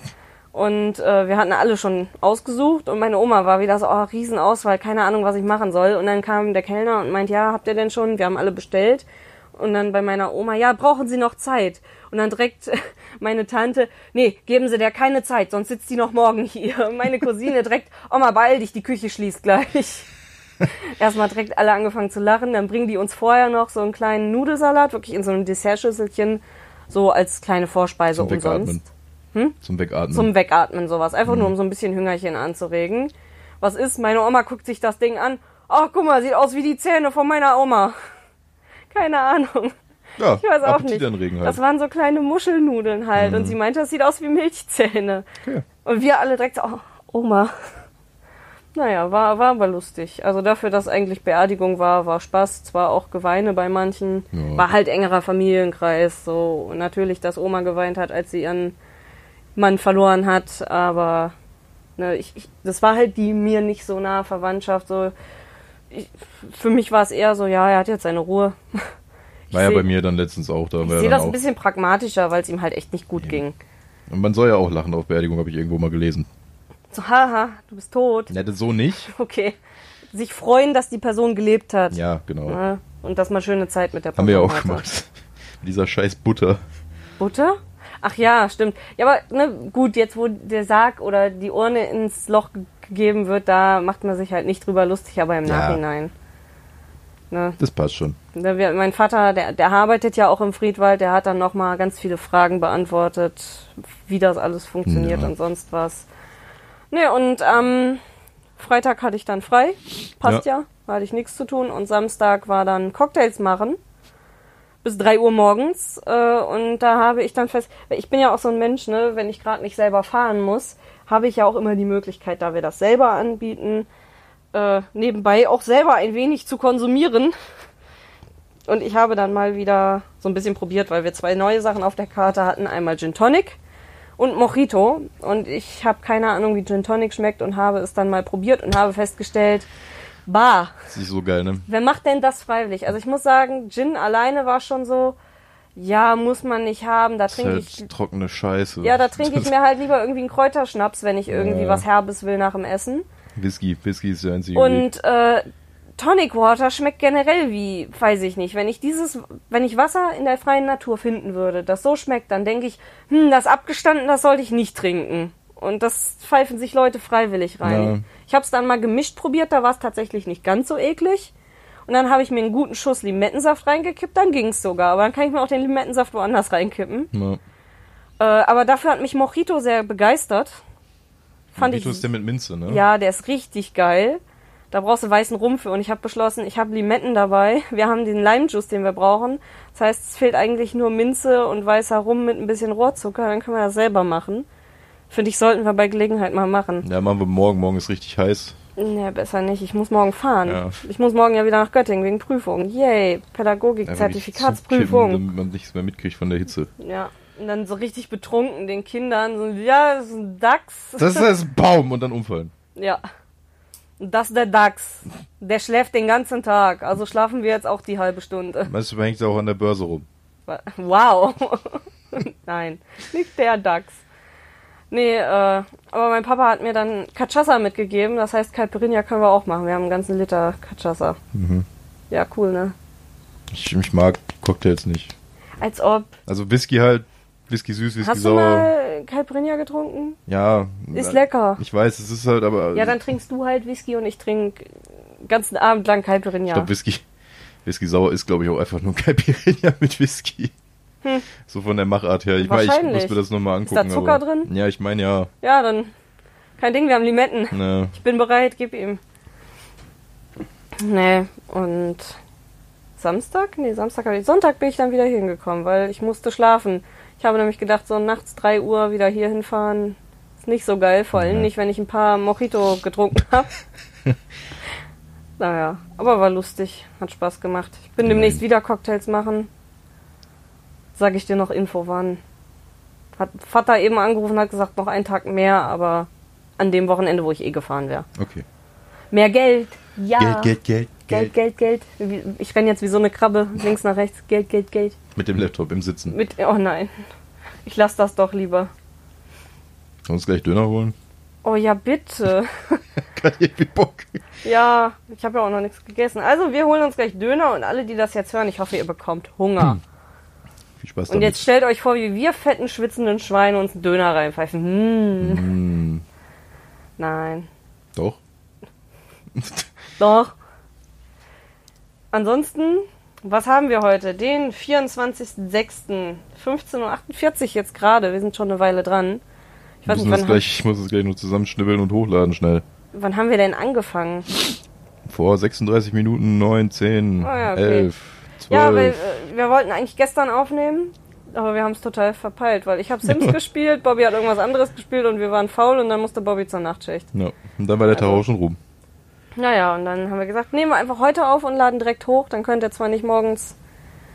Speaker 2: Und äh, wir hatten alle schon ausgesucht und meine Oma war wieder so, oh, Riesenauswahl, keine Ahnung, was ich machen soll. Und dann kam der Kellner und meint, ja, habt ihr denn schon? Wir haben alle bestellt. Und dann bei meiner Oma, ja, brauchen Sie noch Zeit? Und dann direkt meine Tante, nee, geben Sie der keine Zeit, sonst sitzt die noch morgen hier. Und meine Cousine direkt, Oma, beeil dich, die Küche schließt gleich. Erstmal direkt alle angefangen zu lachen, dann bringen die uns vorher noch so einen kleinen Nudelsalat, wirklich in so einem Dessertschüsselchen, so als kleine Vorspeise
Speaker 1: Zum
Speaker 2: umsonst. Hm?
Speaker 1: Wegatmen. Zum Wegatmen.
Speaker 2: Zum Wegatmen sowas. Einfach nur, um so ein bisschen Hüngerchen anzuregen. Was ist? Meine Oma guckt sich das Ding an. Ach, guck mal, sieht aus wie die Zähne von meiner Oma. Keine Ahnung.
Speaker 1: ja,
Speaker 2: Ich weiß auch
Speaker 1: Appetit
Speaker 2: nicht.
Speaker 1: anregen
Speaker 2: Das
Speaker 1: halt. Mhm.
Speaker 2: waren so kleine Muschelnudeln halt. Und sie meinte, das sieht aus wie Milchzähne.
Speaker 1: Okay.
Speaker 2: Und wir alle direkt so, oh, Oma. Naja, war, war aber lustig. Also dafür, dass eigentlich Beerdigung war, war Spaß. Zwar auch Geweine bei manchen.
Speaker 1: Ja.
Speaker 2: War halt engerer Familienkreis. So und natürlich, dass Oma geweint hat, als sie ihren Mann verloren hat. Aber ne, ich, ich, das war halt die mir nicht so nahe Verwandtschaft. So. Ich, für mich war es eher so, ja, er hat jetzt seine Ruhe. Ich
Speaker 1: War ja
Speaker 2: seh-
Speaker 1: bei mir dann letztens auch da.
Speaker 2: ich
Speaker 1: War
Speaker 2: sehe
Speaker 1: ja
Speaker 2: das
Speaker 1: dann
Speaker 2: ein
Speaker 1: auch.
Speaker 2: bisschen pragmatischer, weil es ihm halt echt nicht gut ging.
Speaker 1: Und man soll ja auch lachen auf Beerdigung, habe ich irgendwo mal gelesen.
Speaker 2: So, haha, du bist tot.
Speaker 1: Ja, das so nicht.
Speaker 2: Okay. Sich freuen, dass die Person gelebt hat.
Speaker 1: Ja, genau.
Speaker 2: Ne? Und dass man schöne Zeit mit der Person
Speaker 1: Haben wir ja auch
Speaker 2: hatte.
Speaker 1: gemacht. Mit dieser scheiß Butter.
Speaker 2: Butter? Ach ja, stimmt. Ja, aber ne, gut, jetzt wo der Sarg oder die Urne ins Loch ge- gegeben wird, da macht man sich halt nicht drüber lustig, aber im
Speaker 1: Ja.
Speaker 2: Nachhinein. Ne?
Speaker 1: Das passt schon.
Speaker 2: Ne, wir- Mein Vater, der, der arbeitet ja auch im Friedwald, der hat dann nochmal ganz viele Fragen beantwortet, wie das alles funktioniert
Speaker 1: Ja.
Speaker 2: und sonst was. Ne, und am Freitag hatte ich dann frei, passt ja,
Speaker 1: Ja.
Speaker 2: da hatte ich nichts zu tun und Samstag war dann Cocktails machen bis 3 Uhr morgens äh, und da habe ich dann fest, weil ich bin ja auch so ein Mensch, ne, wenn ich gerade nicht selber fahren muss, habe ich ja auch immer die Möglichkeit, da wir das selber anbieten, äh, nebenbei auch selber ein wenig zu konsumieren. Und ich habe dann mal wieder so ein bisschen probiert, weil wir zwei neue Sachen auf der Karte hatten. Einmal Gin Tonic und Mojito. Und ich habe keine Ahnung, wie Gin Tonic schmeckt und habe es dann mal probiert und habe festgestellt, bah,
Speaker 1: Das ist nicht so geil, ne?
Speaker 2: wer macht denn das freiwillig? Also ich muss sagen, Gin alleine war schon so, ja, muss man nicht haben. Da
Speaker 1: Das
Speaker 2: trinke
Speaker 1: ist
Speaker 2: ich,
Speaker 1: halt trockene Scheiße.
Speaker 2: ja, da trinke ich mir halt lieber irgendwie einen Kräuterschnaps, wenn ich irgendwie
Speaker 1: Ja.
Speaker 2: was Herbes will nach dem Essen.
Speaker 1: Whisky. Whisky ist der einzige Weg.
Speaker 2: Und äh, Tonic Water schmeckt generell wie, weiß ich nicht, wenn ich dieses, wenn ich Wasser in der freien Natur finden würde, das so schmeckt, dann denke ich, hm, das abgestanden, das sollte ich nicht trinken. Und das pfeifen sich Leute freiwillig rein.
Speaker 1: Ja.
Speaker 2: Ich habe es dann mal gemischt probiert, da war es tatsächlich nicht ganz so eklig. Und dann habe ich mir einen guten Schuss Limettensaft reingekippt, dann ging's sogar. Aber dann kann ich mir auch den Limettensaft woanders reinkippen.
Speaker 1: Ja.
Speaker 2: Äh, aber dafür hat mich Mojito sehr begeistert. Fand
Speaker 1: Mojito
Speaker 2: ich
Speaker 1: ist der mit Minze, ne?
Speaker 2: ja, der ist richtig geil. Da brauchst du weißen Rum für. Und ich habe beschlossen, ich habe Limetten dabei. Wir haben den Limejuice, den wir brauchen. Das heißt, es fehlt eigentlich nur Minze und weißer Rum mit ein bisschen Rohrzucker. Dann können wir das selber machen. Finde ich, sollten wir bei Gelegenheit mal machen.
Speaker 1: Ja, machen wir morgen. Morgen ist richtig heiß.
Speaker 2: Nee, besser nicht. Ich muss morgen fahren.
Speaker 1: Ja.
Speaker 2: Ich muss morgen ja wieder nach Göttingen wegen Prüfung. Yay, Pädagogik,
Speaker 1: Einfach nicht
Speaker 2: Zertifikatsprüfung.
Speaker 1: zukippen, Damit man nichts mehr mitkriegt von der Hitze.
Speaker 2: Ja, und dann so richtig betrunken den Kindern. So, ja, das ist ein Dachs.
Speaker 1: Das ist ein Baum und dann umfallen.
Speaker 2: Ja. Und Das ist der Dachs. Der schläft den ganzen Tag. Also schlafen wir jetzt auch die halbe Stunde.
Speaker 1: Manchmal hängt er auch an der Börse rum.
Speaker 2: Wow. Nein, nicht der Dachs. Nee, äh, aber mein Papa hat mir dann Cachaça mitgegeben. Das heißt, Caipirinha können wir auch machen. Wir haben einen ganzen Liter Cachaça.
Speaker 1: Mhm.
Speaker 2: Ja, cool, ne?
Speaker 1: Ich, ich mag Cocktails nicht.
Speaker 2: Als ob.
Speaker 1: Also Whisky halt. Whisky süß, Whisky
Speaker 2: Hast du
Speaker 1: sauer.
Speaker 2: mal Caipirinha getrunken?
Speaker 1: Ja.
Speaker 2: Ist lecker.
Speaker 1: Ich weiß, es ist halt aber.
Speaker 2: Ja, dann trinkst du halt Whisky und ich trinke ganzen Abend lang
Speaker 1: Ich
Speaker 2: Caipirinha.
Speaker 1: glaube, Whisky, Whisky sauer ist, glaube ich, auch einfach nur Caipirinha mit Whisky. So von der Machart her. Ich, weiß, ich
Speaker 2: Hm. Wahrscheinlich.
Speaker 1: muss mir das nochmal
Speaker 2: Ist
Speaker 1: angucken.
Speaker 2: da Zucker
Speaker 1: aber,
Speaker 2: drin?
Speaker 1: Ja, ich meine ja.
Speaker 2: ja, dann kein Ding, wir haben Limetten.
Speaker 1: Ne,
Speaker 2: Ich bin bereit, gib ihm. Nee, und Samstag? Nee, Samstag habe ich. Sonntag bin ich dann wieder hingekommen, weil ich musste schlafen. Ich habe nämlich gedacht, so nachts 3 Uhr wieder hier hinfahren, ist nicht so geil, vor allem
Speaker 1: Ja.
Speaker 2: nicht, wenn ich ein paar Mojito getrunken habe. naja, aber war lustig, hat Spaß gemacht. Ich bin demnächst wieder Cocktails machen. Sag ich dir noch Info wann. Hat Vater eben angerufen, hat gesagt, noch einen Tag mehr, aber an dem Wochenende, wo ich eh gefahren wäre.
Speaker 1: Okay.
Speaker 2: Mehr Geld. Ja.
Speaker 1: Geld, Geld,
Speaker 2: Geld, Geld, Geld. Wie- Ich renne jetzt wie so eine Krabbe, links nach rechts. Geld, Geld, Geld.
Speaker 1: Mit dem Laptop im Sitzen.
Speaker 2: Mit, oh nein. Ich lass das doch lieber.
Speaker 1: Sollen wir uns gleich Döner holen?
Speaker 2: Oh ja, bitte.
Speaker 1: Kann ich wie Bock.
Speaker 2: Ja, ich habe ja auch noch nichts gegessen. Also, wir holen uns gleich Döner und alle, die das jetzt hören, ich hoffe, ihr bekommt Hunger.
Speaker 1: Viel Spaß
Speaker 2: Und
Speaker 1: damit.
Speaker 2: jetzt stellt euch vor, wie wir fetten, schwitzenden Schweine uns einen Döner reinpfeifen. Hm.
Speaker 1: Hm,
Speaker 2: Nein.
Speaker 1: doch.
Speaker 2: Doch. Ansonsten, was haben wir heute? Den 24.06. 15.48 Uhr jetzt gerade. Wir sind schon eine Weile dran. Ich
Speaker 1: Ich,
Speaker 2: weiß
Speaker 1: müssen
Speaker 2: nicht,
Speaker 1: das
Speaker 2: wann,
Speaker 1: gleich, ich muss das gleich nur zusammenschnibbeln und hochladen schnell.
Speaker 2: wann haben wir denn angefangen?
Speaker 1: Vor 36 Minuten, 9, 10,
Speaker 2: Ah ja, okay.
Speaker 1: 11, 12.
Speaker 2: Ja, weil äh, wir wollten eigentlich gestern aufnehmen, aber wir haben es total verpeilt, weil ich habe Sims gespielt, Bobby hat irgendwas anderes gespielt und wir waren faul und dann musste Bobby zur Nachtschicht.
Speaker 1: ja. Und dann war der Tag
Speaker 2: Also-
Speaker 1: auch schon rum.
Speaker 2: Naja, und dann haben wir gesagt, nehmen wir einfach heute auf und laden direkt hoch, dann könnt ihr zwar nicht morgens,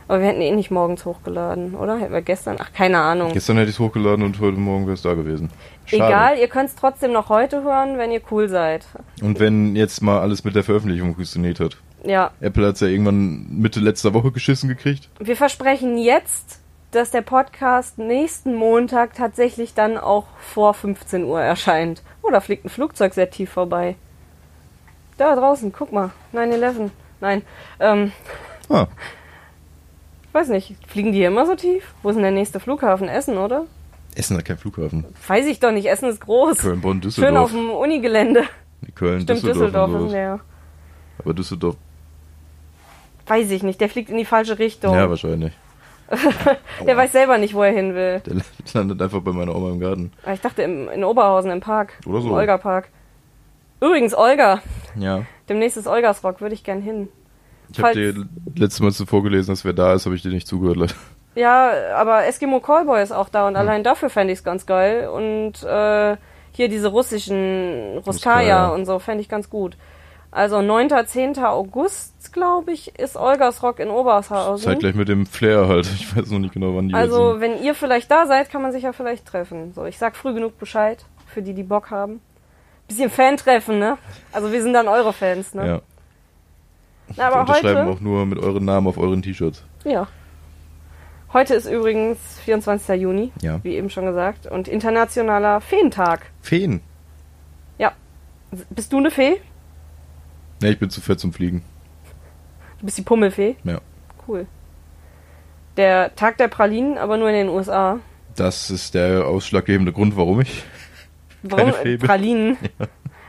Speaker 2: aber wir hätten eh nicht morgens hochgeladen, oder? Hätten wir gestern? Ach, keine Ahnung.
Speaker 1: Gestern hätte ich es hochgeladen und heute Morgen wäre es da gewesen. Schade.
Speaker 2: Egal, ihr könnt es trotzdem noch heute hören, wenn ihr cool seid.
Speaker 1: Und wenn jetzt mal alles mit der Veröffentlichung funktioniert hat.
Speaker 2: Ja,
Speaker 1: Apple hat es ja irgendwann Mitte letzter Woche geschissen gekriegt.
Speaker 2: wir versprechen jetzt, dass der Podcast nächsten Montag tatsächlich dann auch vor 15 Uhr erscheint. Oh, da fliegt ein Flugzeug sehr tief vorbei. Da draußen, guck mal. 9-11. Nein, ähm,
Speaker 1: Ah,
Speaker 2: ich weiß nicht. Fliegen die hier immer so tief? Wo ist denn der nächste Flughafen? Essen, oder?
Speaker 1: Essen hat keinen Flughafen.
Speaker 2: Weiß ich doch nicht. Essen ist groß.
Speaker 1: Köln, Bonn,
Speaker 2: Schön
Speaker 1: Düsseldorf.
Speaker 2: auf dem Unigelände.
Speaker 1: Köln,
Speaker 2: Stimmt,
Speaker 1: Düsseldorf.
Speaker 2: Düsseldorf,
Speaker 1: und
Speaker 2: ist
Speaker 1: sowas.
Speaker 2: der.
Speaker 1: Aber Düsseldorf,
Speaker 2: Weiß ich nicht. Der fliegt in die falsche Richtung.
Speaker 1: ja, wahrscheinlich.
Speaker 2: der weiß selber nicht, wo er hin will.
Speaker 1: Der landet einfach bei meiner Oma im Garten.
Speaker 2: Ah, Ich dachte im, in Oberhausen im Park.
Speaker 1: Oder so.
Speaker 2: Im Olga-Park. Übrigens, Olga.
Speaker 1: Ja.
Speaker 2: Demnächst ist Olgas Rock, würde ich gern hin.
Speaker 1: Ich habe
Speaker 2: Falls-
Speaker 1: dir letztes Mal zuvor gelesen, dass wer da ist, habe ich dir nicht zugehört. leider.
Speaker 2: Ja, aber Eskimo Callboy ist auch
Speaker 1: Hm.
Speaker 2: da und allein dafür fände ich es ganz geil. Und äh, hier diese russischen Ruskaya
Speaker 1: Ruskaya.
Speaker 2: und so fände ich ganz gut. Also 9. 10. August, glaube ich, ist Olgas Rock in Oberhausen.
Speaker 1: Zeitgleich mit dem Flair halt. Ich weiß noch nicht genau, wann die
Speaker 2: Also, wenn ihr vielleicht da seid, kann man sich ja vielleicht treffen. So, ich sag früh genug Bescheid, für die, die Bock haben. Bisschen Fan-Treffen, ne? Also, wir sind dann eure Fans,
Speaker 1: sind.
Speaker 2: ne?
Speaker 1: Ja.
Speaker 2: Na,
Speaker 1: Wir
Speaker 2: aber
Speaker 1: unterschreiben
Speaker 2: heute.
Speaker 1: auch nur mit euren Namen auf euren T-Shirts.
Speaker 2: Ja. Heute ist übrigens 24. Juni,
Speaker 1: Ja.
Speaker 2: wie eben schon gesagt, und internationaler Feentag.
Speaker 1: Feen.
Speaker 2: Ja. S- Bist du eine Fee?
Speaker 1: Ne, ich bin zu fett zum Fliegen.
Speaker 2: Du bist die Pummelfee?
Speaker 1: Ja.
Speaker 2: Cool. Der Tag der Pralinen, aber nur in den USA.
Speaker 1: Das ist der ausschlaggebende Grund, warum ich.
Speaker 2: Warum
Speaker 1: Fee
Speaker 2: äh,
Speaker 1: bin.
Speaker 2: Pralinen?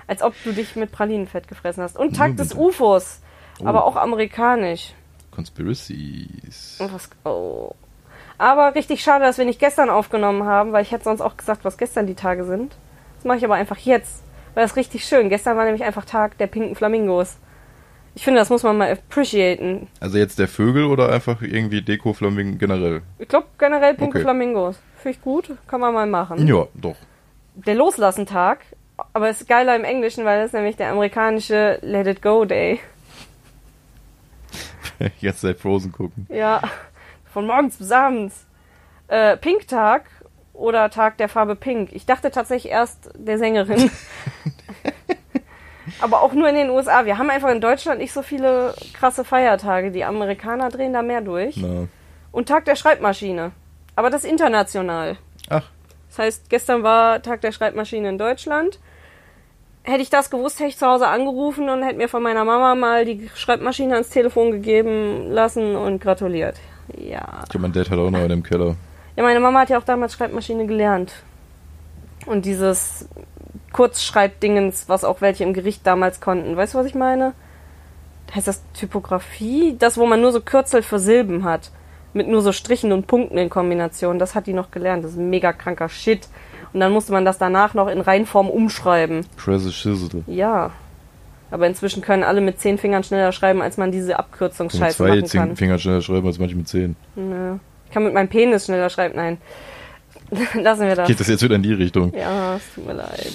Speaker 2: Als ob du dich mit Pralinen fett gefressen hast. Und Tag
Speaker 1: Nur
Speaker 2: des
Speaker 1: bitte.
Speaker 2: UFOs,
Speaker 1: Oh.
Speaker 2: aber auch amerikanisch.
Speaker 1: Conspiracies.
Speaker 2: Und was, oh. Aber richtig schade, dass wir nicht gestern aufgenommen haben, weil ich hätte sonst auch gesagt, was gestern die Tage sind. Das mache ich aber einfach jetzt, weil das ist richtig schön. Gestern war nämlich einfach Tag der pinken Flamingos. Ich finde, das muss man mal appreciaten.
Speaker 1: Also jetzt der Vögel oder einfach irgendwie Deko-Flamingen generell?
Speaker 2: Ich glaube generell pinke
Speaker 1: Okay.
Speaker 2: Flamingos. Finde ich gut, kann man mal machen.
Speaker 1: Ja, doch.
Speaker 2: Der Loslassen-Tag, aber ist geiler im Englischen, weil das ist nämlich der amerikanische Let It Go Day.
Speaker 1: Jetzt seit Frozen gucken.
Speaker 2: Ja, von morgens bis abends. Äh, Pink-Tag oder Tag der Farbe Pink. Ich dachte tatsächlich erst der Sängerin. Aber auch nur in den USA. Wir haben einfach in Deutschland nicht so viele krasse Feiertage. Die Amerikaner drehen da mehr durch.
Speaker 1: Na.
Speaker 2: Und Tag der Schreibmaschine. Aber das ist international.
Speaker 1: Ach,
Speaker 2: Das heißt, gestern war Tag der Schreibmaschine in Deutschland. Hätte ich das gewusst, hätte ich zu Hause angerufen und hätte mir von meiner Mama mal die Schreibmaschine ans Telefon gegeben lassen und gratuliert. Ja.
Speaker 1: ich glaub, mein Dad hat auch noch einen im Keller.
Speaker 2: Ja, meine Mama hat ja auch damals Schreibmaschine gelernt. Und dieses Kurzschreibdingens, was auch welche im Gericht damals konnten. Weißt du, was ich meine? Heißt das Typografie? Das, wo man nur so Kürzel für Silben hat. Mit nur so Strichen und Punkten in Kombination. Das hat die noch gelernt. Das ist ein mega kranker Shit. Und dann musste man das danach noch in Reinform umschreiben.
Speaker 1: Crazy Shizzle.
Speaker 2: Ja. Aber inzwischen können alle mit zehn Fingern schneller schreiben, als man diese
Speaker 1: Mit
Speaker 2: Abkürzungsscheiße
Speaker 1: zwei
Speaker 2: machen
Speaker 1: zehn
Speaker 2: kann.
Speaker 1: Finger schneller schreiben als manche mit zehn.
Speaker 2: Nö. Ich kann mit meinem Penis schneller schreiben. Nein. Lassen wir das.
Speaker 1: Geht das jetzt wieder in die Richtung?
Speaker 2: Ja, es tut mir leid.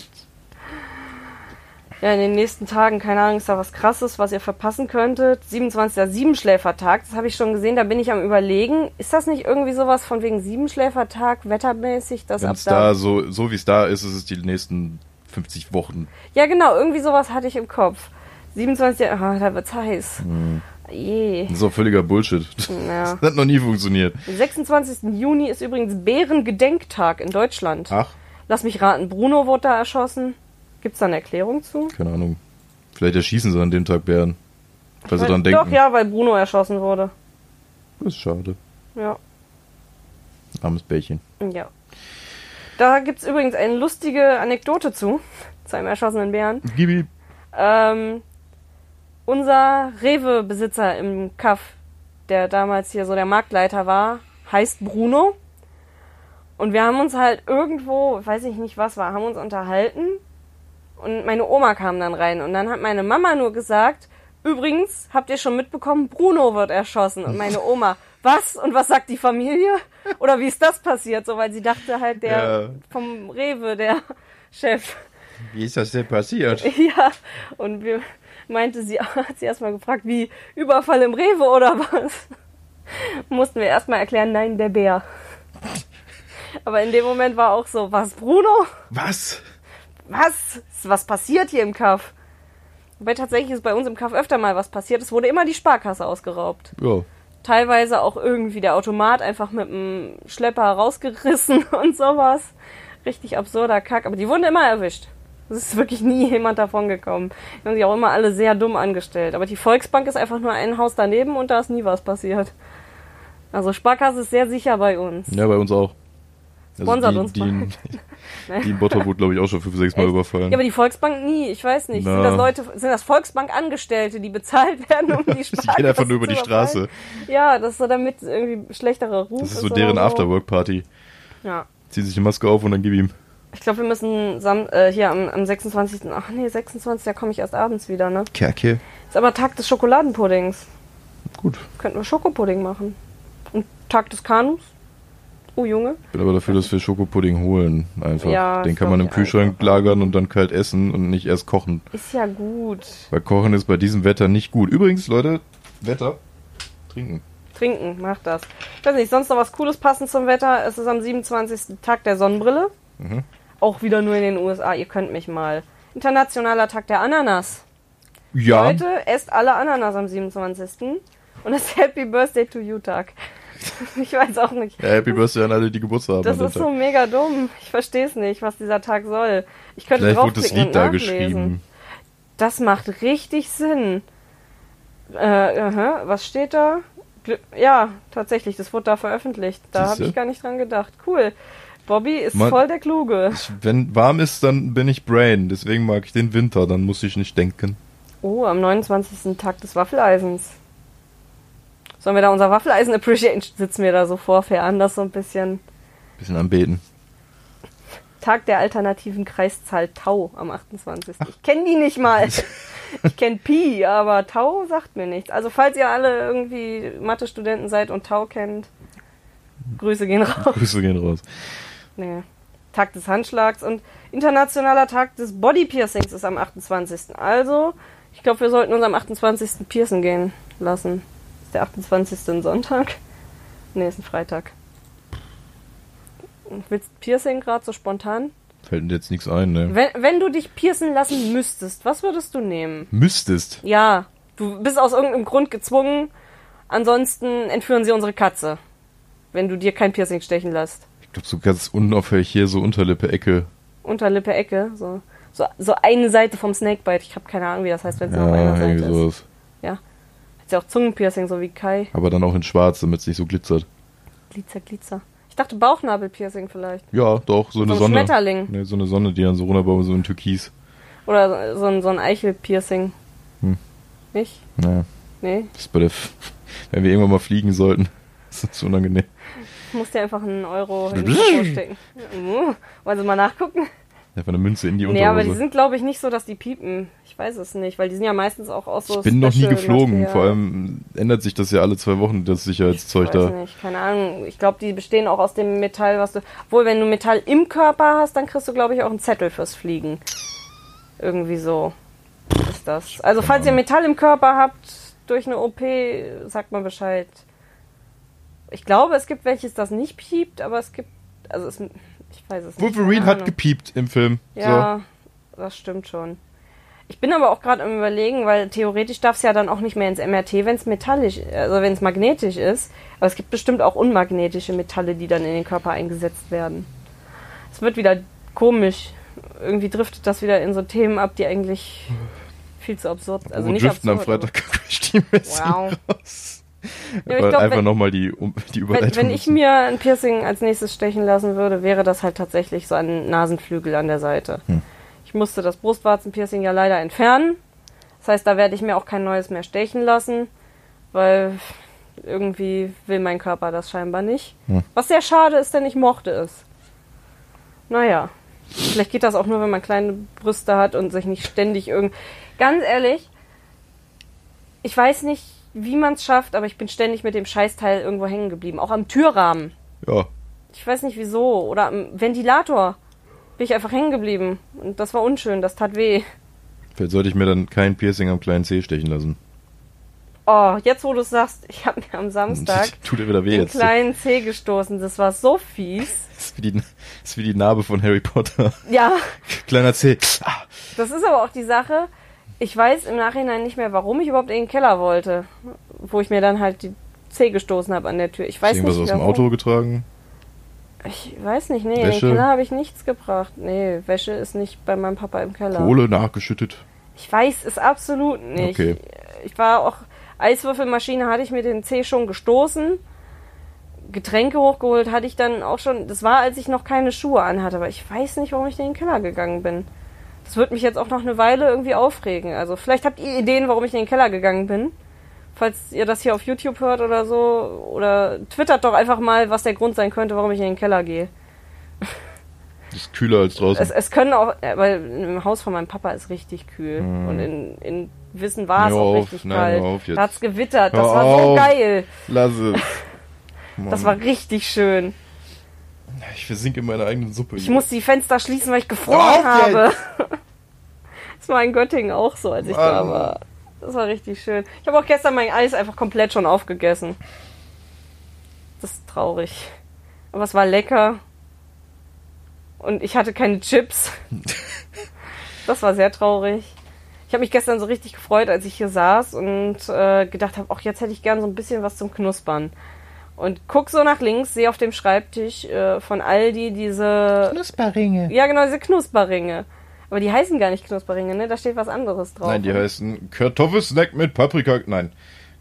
Speaker 2: Ja, in den nächsten Tagen, keine Ahnung, ist da was krasses, was ihr verpassen könntet. 27. Siebenschläfertag, das habe ich schon gesehen, da bin ich am überlegen. Ist das nicht irgendwie sowas von wegen Siebenschläfertag, wettermäßig, dass
Speaker 1: Wenn
Speaker 2: ab
Speaker 1: es
Speaker 2: da.
Speaker 1: da so, so wie es da ist, ist es die nächsten 50 Wochen.
Speaker 2: Ja, genau, irgendwie sowas hatte ich im Kopf. 27. Ah, da wird's heiß. Je.
Speaker 1: Das ist auch völliger Bullshit.
Speaker 2: Mhm. Ja.
Speaker 1: Das hat noch nie funktioniert.
Speaker 2: Am 26. Juni ist übrigens Bärengedenktag in Deutschland.
Speaker 1: Ach,
Speaker 2: Lass mich raten, Bruno wurde da erschossen. Gibt's da eine Erklärung zu?
Speaker 1: keine Ahnung. Vielleicht erschießen sie an dem Tag Bären. Weil sie Also dann
Speaker 2: Weil-
Speaker 1: denken,
Speaker 2: Äh, Doch, ja, weil Bruno erschossen wurde.
Speaker 1: das ist schade.
Speaker 2: Ja.
Speaker 1: Armes Bärchen.
Speaker 2: Ja. Da gibt's übrigens eine lustige Anekdote zu, zu einem erschossenen Bären.
Speaker 1: Gibi.
Speaker 2: Ähm, unser Rewe-Besitzer im Kaff, der damals hier so der Marktleiter war, heißt Bruno. Und wir haben uns halt irgendwo, weiß ich nicht was war, haben uns unterhalten. Und meine Oma kam dann rein. Und dann hat meine Mama nur gesagt, übrigens, habt ihr schon mitbekommen, Bruno wird erschossen. Und meine Oma, was? Und was sagt die Familie? Oder wie ist das passiert? So, weil sie dachte halt, der
Speaker 1: Ja.
Speaker 2: vom Rewe, der Chef.
Speaker 1: Wie ist das denn passiert?
Speaker 2: Ja, und wir meinte sie, hat sie erstmal gefragt, wie Überfall im Rewe oder was? Mussten wir erstmal erklären, nein, der Bär. Aber in dem Moment war auch so, was, Bruno?
Speaker 1: Was?
Speaker 2: Was? Ist was passiert hier im Kaff? Wobei tatsächlich ist bei uns im Kaff öfter mal was passiert. Es wurde immer die Sparkasse ausgeraubt
Speaker 1: Ja.
Speaker 2: teilweise auch irgendwie der Automat einfach mit dem Schlepper rausgerissen und sowas. Richtig absurder Kack, aber die wurden immer erwischt. Es ist wirklich nie jemand davon gekommen. Die haben sich auch immer alle sehr dumm angestellt. Aber die Volksbank ist einfach nur ein Haus daneben und da ist nie was passiert. Also Sparkasse ist sehr sicher bei uns.
Speaker 1: Ja, bei uns auch. Also
Speaker 2: Sponsert
Speaker 1: die,
Speaker 2: uns
Speaker 1: die,
Speaker 2: mal.
Speaker 1: die in Bottrop wurde, glaube ich, auch schon fünf, sechs Mal überfallen.
Speaker 2: Ja, aber die Volksbank nie, ich weiß nicht. Sind
Speaker 1: Na.
Speaker 2: das Leute, sind das Volksbank-Angestellte, die bezahlt werden, um die Sparkasse
Speaker 1: die gehen einfach nur über
Speaker 2: zu
Speaker 1: die
Speaker 2: überfallen?
Speaker 1: Straße.
Speaker 2: Ja, das ist so damit irgendwie schlechterer Ruf.
Speaker 1: Das ist so
Speaker 2: oder
Speaker 1: deren Afterwork-Party.
Speaker 2: Ja.
Speaker 1: Zieh sich die Maske auf und dann gib ihm.
Speaker 2: Ich glaube, wir müssen sam äh, hier am, am 26. Ach nee, 26. Da komme ich erst abends wieder, ne?
Speaker 1: Kerke.
Speaker 2: Ist aber Tag des Schokoladenpuddings.
Speaker 1: Gut.
Speaker 2: Könnten wir Schokopudding machen. Und Tag des Kanus. Oh Junge.
Speaker 1: Bin aber dafür, dass wir Schokopudding holen. Einfach. Den
Speaker 2: Ja, das
Speaker 1: kann
Speaker 2: glaub
Speaker 1: man
Speaker 2: ich
Speaker 1: im Kühlschrank lagern und dann kalt essen und nicht erst kochen.
Speaker 2: Ist ja gut.
Speaker 1: Weil Kochen ist bei diesem Wetter nicht gut. Übrigens, Leute, Wetter, trinken.
Speaker 2: Trinken, mach das. Ich weiß nicht, sonst noch was Cooles passend zum Wetter. Es ist am 27. Tag der Sonnenbrille.
Speaker 1: Mhm.
Speaker 2: Auch wieder nur in den USA. Ihr könnt mich mal. Internationaler Tag der Ananas.
Speaker 1: Ja,
Speaker 2: Leute, esst alle Ananas am 27. Und das ist Happy Birthday to You Tag. Ich weiß auch nicht.
Speaker 1: ja Happy Birthday an alle, die Geburtstag haben.
Speaker 2: Das
Speaker 1: an dem
Speaker 2: ist
Speaker 1: Tag.
Speaker 2: so mega dumm. Ich verstehe es nicht, was dieser Tag soll. Ich könnte
Speaker 1: Vielleicht wurde das
Speaker 2: draufklicken
Speaker 1: Lied da
Speaker 2: und nachlesen.
Speaker 1: geschrieben.
Speaker 2: Das macht richtig Sinn. Äh, aha, was steht da? Gl ja, tatsächlich, das wurde da veröffentlicht. Da habe
Speaker 1: Siehste?
Speaker 2: ich gar nicht dran gedacht. Cool. Bobby ist
Speaker 1: Man-
Speaker 2: voll der Kluge.
Speaker 1: Ich, wenn warm ist, dann bin ich Brain. Deswegen mag ich den Winter. Dann muss ich nicht denken.
Speaker 2: Oh, am 29. Tag des Waffeleisens. Sollen wir da unser Waffeleisen appreciaten? Sitzen wir da so vor, anders so ein bisschen.
Speaker 1: Bisschen anbeten.
Speaker 2: Tag der alternativen Kreiszahl Tau am 28. Ich kenne die nicht mal. Ich kenne Pi, aber Tau sagt mir nichts. Also falls ihr alle irgendwie Mathe-Studenten seid und Tau kennt, Grüße gehen raus.
Speaker 1: Grüße gehen raus.
Speaker 2: Nee. Tag des Handschlags und internationaler Tag des Bodypiercings ist am 28. Also, ich glaube, wir sollten uns am 28. piercen gehen lassen. Ist der 28. ein Sonntag? Nee, ist ein Freitag. Willst du Piercing gerade so spontan?
Speaker 1: Fällt mir jetzt nichts ein, ne?
Speaker 2: Wenn, wenn du dich piercen lassen müsstest, was würdest du nehmen?
Speaker 1: Müsstest.
Speaker 2: Ja, du bist aus irgendeinem Grund gezwungen. Ansonsten entführen sie unsere Katze. Wenn du dir kein Piercing stechen lässt.
Speaker 1: Ich glaube, so ganz unauffällig hier, so Unterlippe, Ecke.
Speaker 2: Unterlippe, Ecke, so. So, so eine Seite vom Snakebite. Ich habe keine Ahnung, wie das heißt, wenn es nur auf einer
Speaker 1: Ja,
Speaker 2: Seite
Speaker 1: irgendwie
Speaker 2: ist.
Speaker 1: sowas.
Speaker 2: Ja. Hat ja auch Zungenpiercing, so wie Kai.
Speaker 1: Aber dann auch in schwarz, damit es nicht so glitzert.
Speaker 2: Glitzer, glitzer. Ich dachte Bauchnabelpiercing vielleicht.
Speaker 1: Ja, doch, so eine
Speaker 2: ein
Speaker 1: Sonne.
Speaker 2: Schmetterling.
Speaker 1: Ne, so eine Sonne, die dann so runterbaut, so in Türkis.
Speaker 2: Oder so- so ein, so ein Eichelpiercing.
Speaker 1: Hm.
Speaker 2: Nicht?
Speaker 1: Naja,
Speaker 2: Nee.
Speaker 1: das ist bei der. F Wenn wir irgendwann mal fliegen sollten, ist das unangenehm.
Speaker 2: Ich muss dir einfach einen Euro in den Kopf stecken. Uh, wollen Sie mal nachgucken?
Speaker 1: Einfach eine Münze in die
Speaker 2: Nee, aber die
Speaker 1: Unterhose.
Speaker 2: sind, glaube ich, nicht so, dass die piepen. Ich weiß es nicht, weil die sind ja meistens auch aus so
Speaker 1: ich bin noch nie
Speaker 2: Special
Speaker 1: geflogen.
Speaker 2: Material.
Speaker 1: Vor allem ändert sich das ja alle zwei Wochen, das Sicherheitszeug
Speaker 2: Ich
Speaker 1: da.
Speaker 2: weiß nicht, keine Ahnung. Ich glaube, die bestehen auch aus dem Metall, was du. Obwohl, wenn du Metall im Körper hast, dann kriegst du, glaube ich, auch einen Zettel fürs Fliegen. Irgendwie so ist das. Also, falls ihr Metall im Körper habt, durch eine OP, sagt mal Bescheid. Ich glaube, es gibt welches, das nicht piept, aber es gibt. Also, es, ich weiß es nicht.
Speaker 1: Wolverine
Speaker 2: keine
Speaker 1: hat
Speaker 2: Ahnung.
Speaker 1: gepiept im Film.
Speaker 2: Ja, das stimmt schon. Ich bin aber auch gerade am überlegen, weil theoretisch darf es ja dann auch nicht mehr ins MRT, wenn es metallisch, also wenn es magnetisch ist. Aber es gibt bestimmt auch unmagnetische Metalle, die dann in den Körper eingesetzt werden. Es wird wieder komisch. Irgendwie driftet das wieder in so Themen ab, die eigentlich viel zu absurd sind.
Speaker 1: So. Also
Speaker 2: Also
Speaker 1: Wo
Speaker 2: nicht
Speaker 1: driften am
Speaker 2: absurd, aber-
Speaker 1: Freitag die Messing
Speaker 2: Wow.
Speaker 1: raus.
Speaker 2: Ja, aber ich
Speaker 1: Weil
Speaker 2: glaub,
Speaker 1: einfach
Speaker 2: wenn-
Speaker 1: nochmal die, um, die
Speaker 2: Wenn,
Speaker 1: Überleitung.
Speaker 2: wenn ich mir ein Piercing als nächstes stechen lassen würde, wäre das halt tatsächlich so ein Nasenflügel an der Seite. Ich musste das Brustwarzenpiercing ja leider entfernen. Das heißt, da werde ich mir auch kein neues mehr stechen lassen, weil irgendwie will mein Körper das scheinbar nicht. Was sehr schade ist, denn ich mochte es. Naja, vielleicht geht das auch nur, wenn man kleine Brüste hat und sich nicht ständig irgend. Ganz ehrlich, ich weiß nicht, wie man es schafft, aber ich bin ständig mit dem Scheißteil irgendwo hängen geblieben. Auch am Türrahmen.
Speaker 1: ja.
Speaker 2: Ich weiß nicht wieso. Oder am Ventilator bin ich einfach hängen geblieben. Und das war unschön, das tat weh.
Speaker 1: Vielleicht sollte ich mir dann kein Piercing am kleinen Zeh stechen lassen.
Speaker 2: Oh, jetzt wo du es sagst, ich habe mir am Samstag
Speaker 1: Tut er wieder weh
Speaker 2: den
Speaker 1: jetzt.
Speaker 2: kleinen Zeh gestoßen. Das war so fies.
Speaker 1: Das ist, wie die, das ist wie die Narbe von Harry Potter.
Speaker 2: Ja,
Speaker 1: Kleiner Zeh. Ah,
Speaker 2: das ist aber auch die Sache. Ich weiß im Nachhinein nicht mehr, warum ich überhaupt in den Keller wollte, wo ich mir dann halt die Zeh gestoßen habe an der Tür. Ich weiß
Speaker 1: ist irgendwas
Speaker 2: nicht
Speaker 1: aus dem
Speaker 2: warum.
Speaker 1: Auto getragen?
Speaker 2: Ich weiß nicht, nee,
Speaker 1: Wäsche?
Speaker 2: in den Keller habe ich nichts gebracht. Nee, Wäsche ist nicht bei meinem Papa im Keller.
Speaker 1: Kohle nachgeschüttet.
Speaker 2: Ich weiß es absolut nicht.
Speaker 1: Okay.
Speaker 2: Ich war auch Eiswürfelmaschine, hatte ich mit den C schon gestoßen. Getränke hochgeholt hatte ich dann auch schon. Das war, als ich noch keine Schuhe anhatte, aber ich weiß nicht, warum ich in den Keller gegangen bin. Das wird mich jetzt auch noch eine Weile irgendwie aufregen. Also vielleicht habt ihr Ideen, warum ich in den Keller gegangen bin. Falls ihr das hier auf YouTube hört oder so, oder twittert doch einfach mal, was der Grund sein könnte, warum ich in den Keller gehe.
Speaker 1: Das ist kühler als draußen.
Speaker 2: Es, es können auch, äh, weil im Haus von meinem Papa ist richtig kühl. Und in, in Wissen war es
Speaker 1: Hm. Hör
Speaker 2: auch
Speaker 1: auf,
Speaker 2: richtig
Speaker 1: nein,
Speaker 2: kalt.
Speaker 1: hör auf jetzt.
Speaker 2: Da hat's gewittert. Das
Speaker 1: Hör
Speaker 2: war so
Speaker 1: auf.
Speaker 2: geil.
Speaker 1: Lass es.
Speaker 2: Das war
Speaker 1: Mann,
Speaker 2: richtig schön.
Speaker 1: ich versinke in meiner eigenen Suppe.
Speaker 2: Ich musste die Fenster schließen, weil ich
Speaker 1: Hör auf
Speaker 2: gefroren habe. Das war in Göttingen auch so, als ich da
Speaker 1: Mann.
Speaker 2: war. Das war richtig schön. Ich habe auch gestern mein Eis einfach komplett schon aufgegessen. Das ist traurig. Aber es war lecker. Und ich hatte keine Chips. Das war sehr traurig. Ich habe mich gestern so richtig gefreut, als ich hier saß und äh, gedacht habe, auch jetzt hätte ich gern so ein bisschen was zum Knuspern. Und guck so nach links, sehe auf dem Schreibtisch äh, von Aldi diese
Speaker 3: Knusperringe.
Speaker 2: ja, genau, diese Knusperringe. Aber die heißen gar nicht Knusperringe, ne? Da steht was anderes drauf.
Speaker 1: Nein, die heißen Kartoffelsnack mit Paprika. Nein,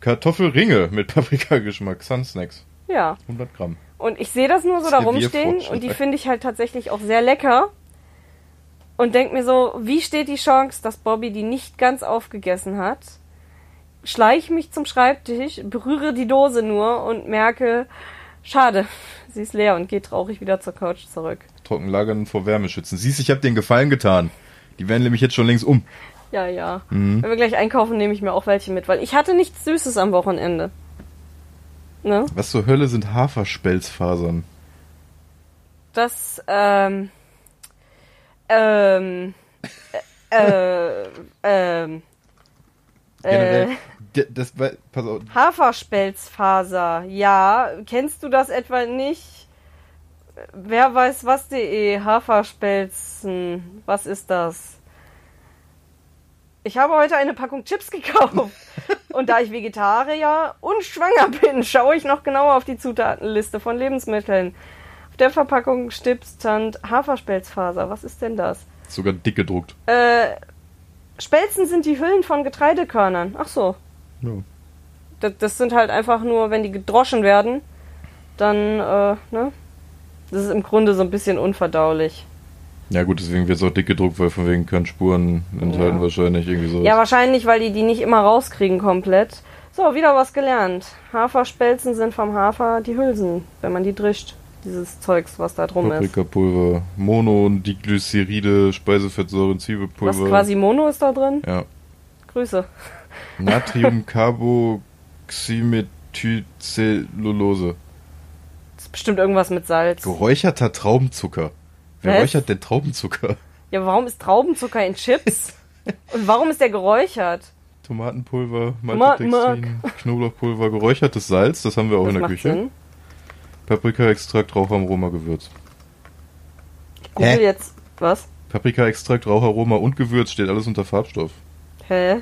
Speaker 1: Kartoffelringe mit Paprikageschmack. Sunsnacks.
Speaker 2: Ja.
Speaker 1: 100 Gramm.
Speaker 2: Und ich sehe das nur so da rumstehen
Speaker 1: Revierfrutsch.
Speaker 2: und die finde ich halt tatsächlich auch sehr lecker. Und denk mir so, wie steht die Chance, dass Bobby die nicht ganz aufgegessen hat? Schleich mich zum Schreibtisch, berühre die Dose nur und merke, schade, sie ist leer und gehe traurig wieder zur Couch zurück.
Speaker 1: Trocken lagern vor Wärme schützen. Siehst, ich habe den Gefallen getan. Die werden nämlich jetzt schon längst um.
Speaker 2: Ja, ja. Wenn wir gleich einkaufen, nehme ich mir auch welche mit, weil ich hatte nichts Süßes am Wochenende. Ne?
Speaker 1: Was zur Hölle sind Haferspelzfasern?
Speaker 2: das ähm, ähm, äh, äh, ähm, äh,
Speaker 1: Generell. d- Das, war- pass auf,
Speaker 2: Haferspelzfaser, ja, kennst du das etwa nicht? Wer weiß was.de, Haferspelzen, was ist das? Ich habe heute eine Packung Chips gekauft. Und da ich Vegetarier und schwanger bin, schaue ich noch genauer auf die Zutatenliste von Lebensmitteln. Auf der Verpackung Stips stand Haferspelzfaser. Was ist denn das?
Speaker 1: ist sogar dick gedruckt.
Speaker 2: Äh, Spelzen sind die Hüllen von Getreidekörnern. Ach so.
Speaker 1: Ja.
Speaker 2: Das, das sind halt einfach nur, wenn die gedroschen werden, dann, äh, ne? Das ist im Grunde so ein bisschen unverdaulich.
Speaker 1: Ja gut, deswegen wird es auch dick gedruckt, weil von wegen können Spuren enthalten
Speaker 2: Ja.
Speaker 1: wahrscheinlich irgendwie so.
Speaker 2: Ja, wahrscheinlich, weil die die nicht immer rauskriegen komplett. So, wieder was gelernt. Haferspelzen sind vom Hafer die Hülsen, wenn man die drischt. Dieses Zeugs, was da drum ist.
Speaker 1: Paprikapulver, Mono, Diglyceride, Speisefettsäuren,
Speaker 2: Was
Speaker 1: Zwiebelpulver.
Speaker 2: quasi Mono ist da drin?
Speaker 1: Ja.
Speaker 2: Grüße.
Speaker 1: Natriumcarboxymethylcellulose.
Speaker 2: Das ist bestimmt irgendwas mit Salz.
Speaker 1: Geräucherter Traubenzucker. Wer
Speaker 2: Was?
Speaker 1: räuchert denn Traubenzucker?
Speaker 2: Ja, warum ist Traubenzucker in Chips? Und warum ist der geräuchert?
Speaker 1: Tomatenpulver,
Speaker 2: Tomatenmark.
Speaker 1: Maltodextrin, Knoblauchpulver, geräuchertes Salz, das haben wir auch
Speaker 2: Das
Speaker 1: in der
Speaker 2: macht
Speaker 1: Küche.
Speaker 2: Sinn.
Speaker 1: Paprikaextrakt, Raucharoma, Gewürz.
Speaker 2: Ich google
Speaker 1: Hä?
Speaker 2: jetzt. Was?
Speaker 1: Paprikaextrakt, Raucharoma und Gewürz steht alles unter Farbstoff.
Speaker 2: Hä?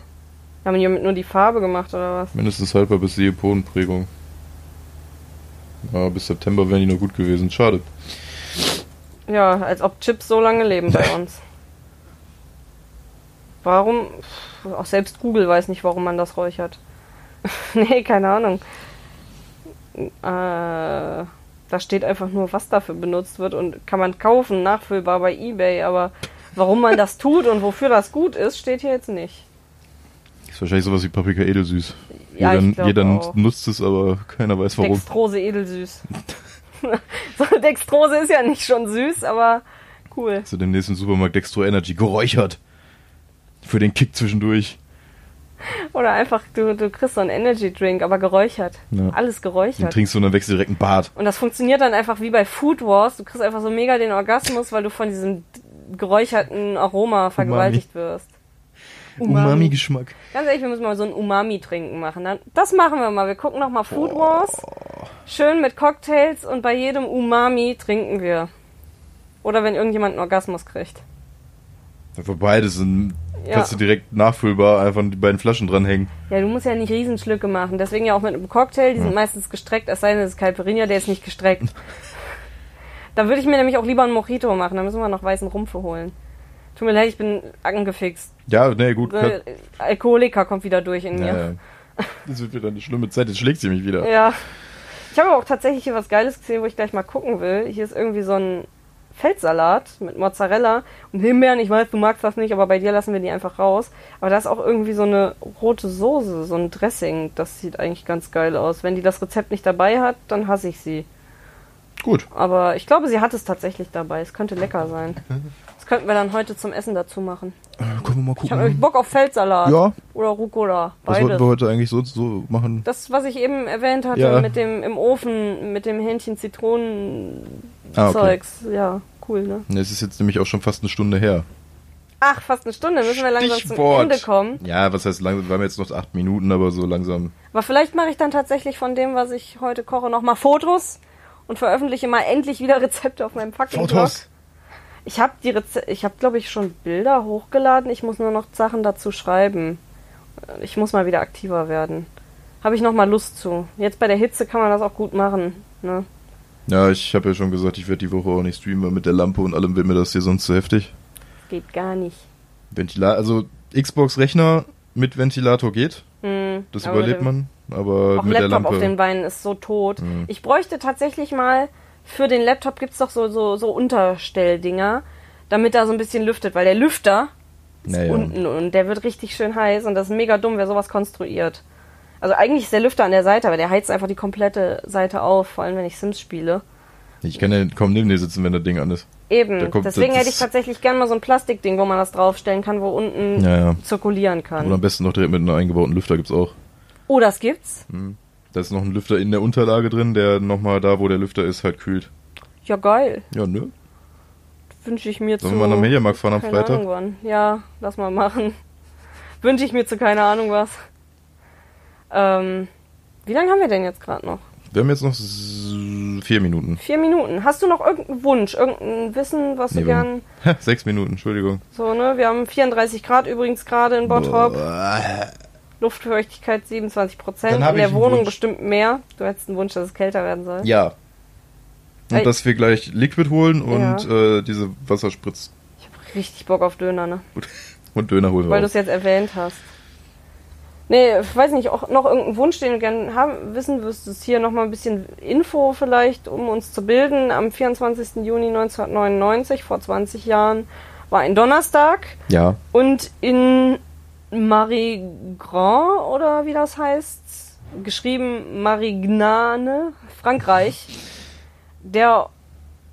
Speaker 2: Haben die damit nur die Farbe gemacht oder was?
Speaker 1: Mindestens haltbar bis Silikonprägung. Ja, bis September wären die noch gut gewesen. Schade.
Speaker 2: Ja, als ob Chips so lange leben bei uns. Warum? Pff, Auch selbst Google weiß nicht, warum man das räuchert. nee, keine Ahnung. Äh, da steht einfach nur, was dafür benutzt wird und kann man kaufen, nachfüllbar bei eBay, aber warum man das tut und wofür das gut ist, steht hier jetzt nicht.
Speaker 1: Ist wahrscheinlich sowas wie Paprika edelsüß.
Speaker 2: Ja, ich
Speaker 1: jeder
Speaker 2: glaub
Speaker 1: jeder
Speaker 2: auch.
Speaker 1: nutzt es, aber keiner weiß warum.
Speaker 2: Dextrose edelsüß. so, Dextrose ist ja nicht schon süß, aber cool.
Speaker 1: Zu dem nächsten Supermarkt Dextro Energy geräuchert. Für den Kick zwischendurch.
Speaker 2: Oder einfach, du, du kriegst so einen Energy Drink, aber geräuchert.
Speaker 1: Ja.
Speaker 2: Alles
Speaker 1: Den
Speaker 2: geräuchert.
Speaker 1: trinkst du und dann wächst dir direkt ein Bart.
Speaker 2: Und das funktioniert dann einfach wie bei Food Wars. Du kriegst einfach so mega den Orgasmus, weil du von diesem geräucherten Aroma vergewaltigt wirst.
Speaker 1: Umami-Geschmack.
Speaker 2: Ganz ehrlich, wir müssen mal so ein Umami-Trinken machen. Dann, das machen wir mal. Wir gucken noch mal Food Wars. Schön mit Cocktails und bei jedem Umami trinken wir. Oder wenn irgendjemand einen Orgasmus kriegt.
Speaker 1: Für beides sind,
Speaker 2: Ja.
Speaker 1: kannst du direkt nachfüllbar einfach die beiden Flaschen dranhängen.
Speaker 2: Ja, du musst ja nicht Riesenschlücke machen. Deswegen ja auch mit einem Cocktail. Die sind meistens gestreckt, es sei denn, es ist Calperinia, der ist nicht gestreckt. da würde ich mir nämlich auch lieber einen Mojito machen. Da müssen wir noch weißen Rum für holen. Tut mir leid, ich bin angefixt.
Speaker 1: Ja, nee, gut.
Speaker 2: Äh,
Speaker 1: Kann,
Speaker 2: Alkoholiker kommt wieder durch in mir.
Speaker 1: ja. ja. Das wird wieder eine schlimme Zeit, jetzt schlägt sie mich wieder.
Speaker 2: Ja. Ich habe aber auch tatsächlich hier was Geiles gesehen, wo ich gleich mal gucken will. Hier ist irgendwie so ein Feldsalat mit Mozzarella und Himbeeren. Ich weiß, du magst das nicht, aber bei dir lassen wir die einfach raus. Aber da ist auch irgendwie so eine rote Soße, so ein Dressing. Das sieht eigentlich ganz geil aus. Wenn die das Rezept nicht dabei hat, dann hasse ich sie.
Speaker 1: Gut.
Speaker 2: Aber ich glaube, sie hat es tatsächlich dabei. Es könnte lecker sein. Das könnten wir dann heute zum Essen dazu machen.
Speaker 1: Äh, Können wir mal
Speaker 2: Ich habe nämlich Bock auf Feldsalat.
Speaker 1: Mhm. Ja.
Speaker 2: Oder Rucola.
Speaker 1: Was wollten
Speaker 2: Beides.
Speaker 1: wir heute eigentlich so, so machen?
Speaker 2: Das, was ich eben erwähnt hatte,
Speaker 1: Ja.
Speaker 2: mit dem im Ofen, mit dem Hähnchen Zitronenzeugs, ja, cool, ne?
Speaker 1: Es ist jetzt nämlich auch schon fast eine Stunde her.
Speaker 2: Ach, fast eine Stunde, müssen wir langsam zum Ende kommen.
Speaker 1: Ja, was heißt langsam? Wir haben jetzt noch acht Minuten, aber so langsam.
Speaker 2: Aber vielleicht mache ich dann tatsächlich von dem, was ich heute koche, nochmal Fotos und veröffentliche mal endlich wieder Rezepte auf meinem fucking Blog. Ich habe die Reze ich habe glaube ich schon Bilder hochgeladen, ich muss nur noch Sachen dazu schreiben. Ich muss mal wieder aktiver werden. Habe ich nochmal Lust zu. Jetzt bei der Hitze kann man das auch gut machen, ne?
Speaker 1: Ja, ich habe ja schon gesagt, ich werde die Woche auch nicht streamen, weil mit der Lampe und allem wird mir das hier sonst zu heftig.
Speaker 2: Geht gar nicht.
Speaker 1: Ventilator, also Xbox-Rechner mit Ventilator geht.
Speaker 2: Hm,
Speaker 1: Das
Speaker 2: aber mit
Speaker 1: überlebt
Speaker 2: dem-
Speaker 1: man. Aber
Speaker 2: Auch
Speaker 1: mit der
Speaker 2: Laptop
Speaker 1: Lampe. Mhm.
Speaker 2: auf den Beinen ist so tot. Ich bräuchte tatsächlich mal, für den Laptop gibt's doch so, so, so Unterstelldinger, damit da so ein bisschen lüftet, weil der Lüfter
Speaker 1: naja.
Speaker 2: unten und der wird richtig schön heiß und das ist mega dumm, wer sowas konstruiert. Also eigentlich ist der Lüfter an der Seite, aber der heizt einfach die komplette Seite auf, vor allem wenn ich Sims spiele.
Speaker 1: Ich kann ja kaum neben dir sitzen, wenn das Ding an ist. Da
Speaker 2: Eben,
Speaker 1: kommt
Speaker 2: deswegen
Speaker 1: das-
Speaker 2: hätte ich tatsächlich gern mal so ein Plastikding, wo man das draufstellen kann, wo unten
Speaker 1: Ja, ja.
Speaker 2: zirkulieren kann.
Speaker 1: Oder am besten noch direkt mit einem eingebauten Lüfter gibt's auch.
Speaker 2: oh, das gibt's?
Speaker 1: Hm. Da ist noch ein Lüfter in der Unterlage drin, der nochmal da, wo der Lüfter ist, halt kühlt.
Speaker 2: Ja, geil.
Speaker 1: Ja, ne?
Speaker 2: Wünsche ich mir
Speaker 1: Sollen
Speaker 2: zu...
Speaker 1: wir mal nach Mediamarkt fahren am
Speaker 2: Keine
Speaker 1: Freitag?
Speaker 2: Ahnung wann. Ja, lass mal machen. Wünsche ich mir zu keine Ahnung was. Ähm, wie lange haben wir denn jetzt gerade noch?
Speaker 1: Wir haben jetzt noch s- vier Minuten.
Speaker 2: Vier Minuten. Hast du noch irgendeinen Wunsch, irgendein Wissen, was
Speaker 1: Nee,
Speaker 2: du
Speaker 1: wir
Speaker 2: gern
Speaker 1: haben- Ha, Sechs Minuten, Entschuldigung.
Speaker 2: so, ne? Wir haben 34 Grad übrigens gerade in Bottrop. Luftfeuchtigkeit 27 Prozent.
Speaker 1: Dann hab
Speaker 2: In
Speaker 1: ich
Speaker 2: der
Speaker 1: einen
Speaker 2: Wohnung
Speaker 1: Wunsch.
Speaker 2: bestimmt mehr. Du hättest einen Wunsch, dass es kälter werden soll.
Speaker 1: Ja. Und
Speaker 2: Ey.
Speaker 1: dass wir gleich Liquid holen
Speaker 2: Ja.
Speaker 1: und äh, diese Wasserspritz
Speaker 2: Ich habe richtig Bock auf Döner, ne?
Speaker 1: und Döner holen
Speaker 2: Weil du
Speaker 1: wir
Speaker 2: es
Speaker 1: auch.
Speaker 2: jetzt erwähnt hast. Nee, ich weiß nicht, auch noch irgendeinen Wunsch, den du gerne haben, wissen wüsstest. Hier nochmal ein bisschen Info vielleicht, um uns zu bilden. Am 24. Juni 1999, vor 20 Jahren, war ein Donnerstag.
Speaker 1: Ja.
Speaker 2: Und in Marie Grand, oder wie das heißt, geschrieben Marignane, Frankreich, Der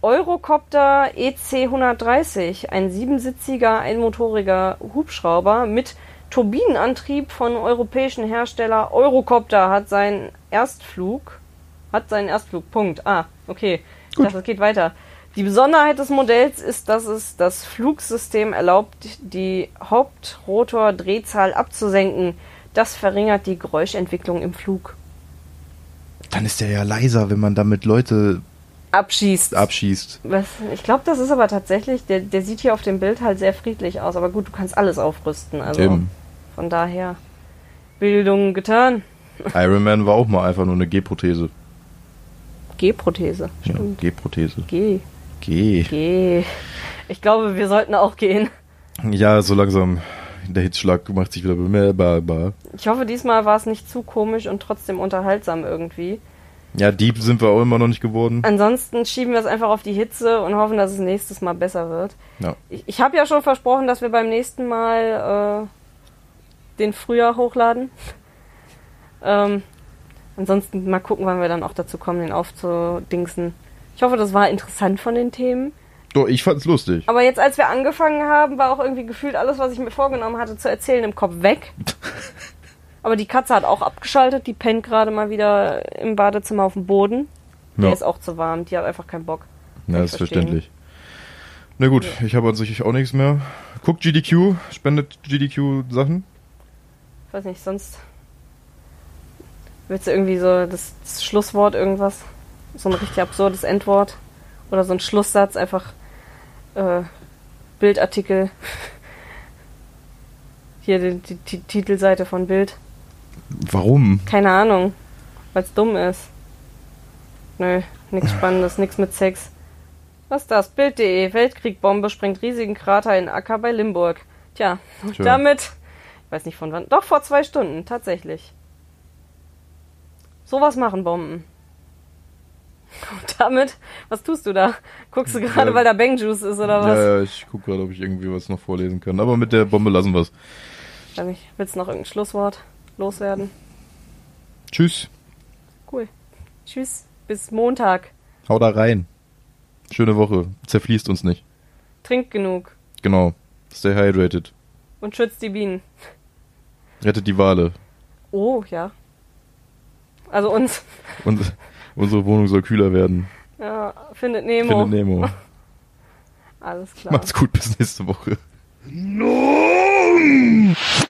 Speaker 2: Eurocopter EC 130, ein siebensitziger, einmotoriger Hubschrauber mit Turbinenantrieb von europäischen Hersteller Eurocopter hat seinen Erstflug. Hat seinen Erstflug. Punkt. Ah, okay. Ich dachte, das geht weiter. Die Besonderheit des Modells ist, dass es das Flugsystem erlaubt, die Hauptrotordrehzahl abzusenken. Das verringert die Geräuschentwicklung im Flug.
Speaker 1: Dann ist der ja leiser, wenn man damit Leute
Speaker 2: Abschießt.
Speaker 1: abschießt.
Speaker 2: Was, ich glaube, das ist aber tatsächlich, der, der sieht hier auf dem Bild halt sehr friedlich aus. Aber gut, du kannst alles aufrüsten. Also
Speaker 1: Eben.
Speaker 2: von daher, Bildung getan.
Speaker 1: Iron Man war auch mal einfach nur eine G-Prothese.
Speaker 2: G-Prothese.
Speaker 1: Ja, G-Prothese.
Speaker 2: G.
Speaker 1: G.
Speaker 2: G. Ich glaube, wir sollten auch gehen.
Speaker 1: Ja, so langsam. Der Hitzschlag macht sich wieder bemerkbar.
Speaker 2: Ich hoffe, diesmal war es nicht zu komisch und trotzdem unterhaltsam irgendwie.
Speaker 1: Ja, Dieb sind wir auch immer noch nicht geworden.
Speaker 2: Ansonsten schieben wir es einfach auf die Hitze und hoffen, dass es nächstes Mal besser wird.
Speaker 1: Ja.
Speaker 2: Ich, ich habe ja schon versprochen, dass wir beim nächsten Mal äh, den Frühjahr hochladen. Ähm, ansonsten mal gucken, wann wir dann auch dazu kommen, den aufzudingsen. Ich hoffe, das war interessant von den Themen.
Speaker 1: Doch, ich fand's lustig.
Speaker 2: Aber jetzt, als wir angefangen haben, war auch irgendwie gefühlt alles, was ich mir vorgenommen hatte zu erzählen, im Kopf weg. Aber die Katze hat auch abgeschaltet. Die pennt gerade mal wieder im Badezimmer auf dem Boden. Der
Speaker 1: Ja.
Speaker 2: ist auch zu warm. Die hat einfach keinen Bock.
Speaker 1: Na,
Speaker 2: Kann
Speaker 1: ist
Speaker 2: ich verstehen.
Speaker 1: verständlich. Na gut, ich habe an sich auch nichts mehr. Guckt GDQ, spendet GDQ Sachen.
Speaker 2: Ich weiß nicht, sonst. Willst du irgendwie so das, das Schlusswort irgendwas? So ein richtig absurdes Endwort? Oder so ein Schlusssatz, einfach äh, Bildartikel. Hier die, die, die Titelseite von Bild.
Speaker 1: Warum?
Speaker 2: Keine Ahnung, weil's dumm ist. Nö, nix Spannendes, nix mit Sex. Was das? Bild.de. Weltkriegbombe sprengt riesigen Krater in Acker bei Limburg. Tja, und
Speaker 1: Tja.
Speaker 2: damit. Ich weiß nicht von wann. Doch vor zwei Stunden, tatsächlich. Sowas machen Bomben. Und damit, was tust du da? Guckst du gerade,
Speaker 1: Ja.
Speaker 2: weil da Bang Juice ist oder was?
Speaker 1: Ja, ja, ich guck gerade, ob ich irgendwie was noch vorlesen kann. Aber mit der Bombe lassen wir's.
Speaker 2: Weiß nicht, Willst du noch irgendein Schlusswort loswerden?
Speaker 1: Tschüss.
Speaker 2: Cool. Tschüss, bis Montag.
Speaker 1: Hau da rein. Schöne Woche. Zerfließt uns nicht.
Speaker 2: Trink genug.
Speaker 1: Genau. Stay hydrated.
Speaker 2: Und schützt die Bienen.
Speaker 1: Rettet die Wale.
Speaker 2: Oh, ja. Also uns.
Speaker 1: Und unsere Wohnung soll kühler werden.
Speaker 2: Ja, findet Nemo.
Speaker 1: Findet Nemo.
Speaker 2: Alles klar.
Speaker 1: Macht's gut, bis nächste Woche.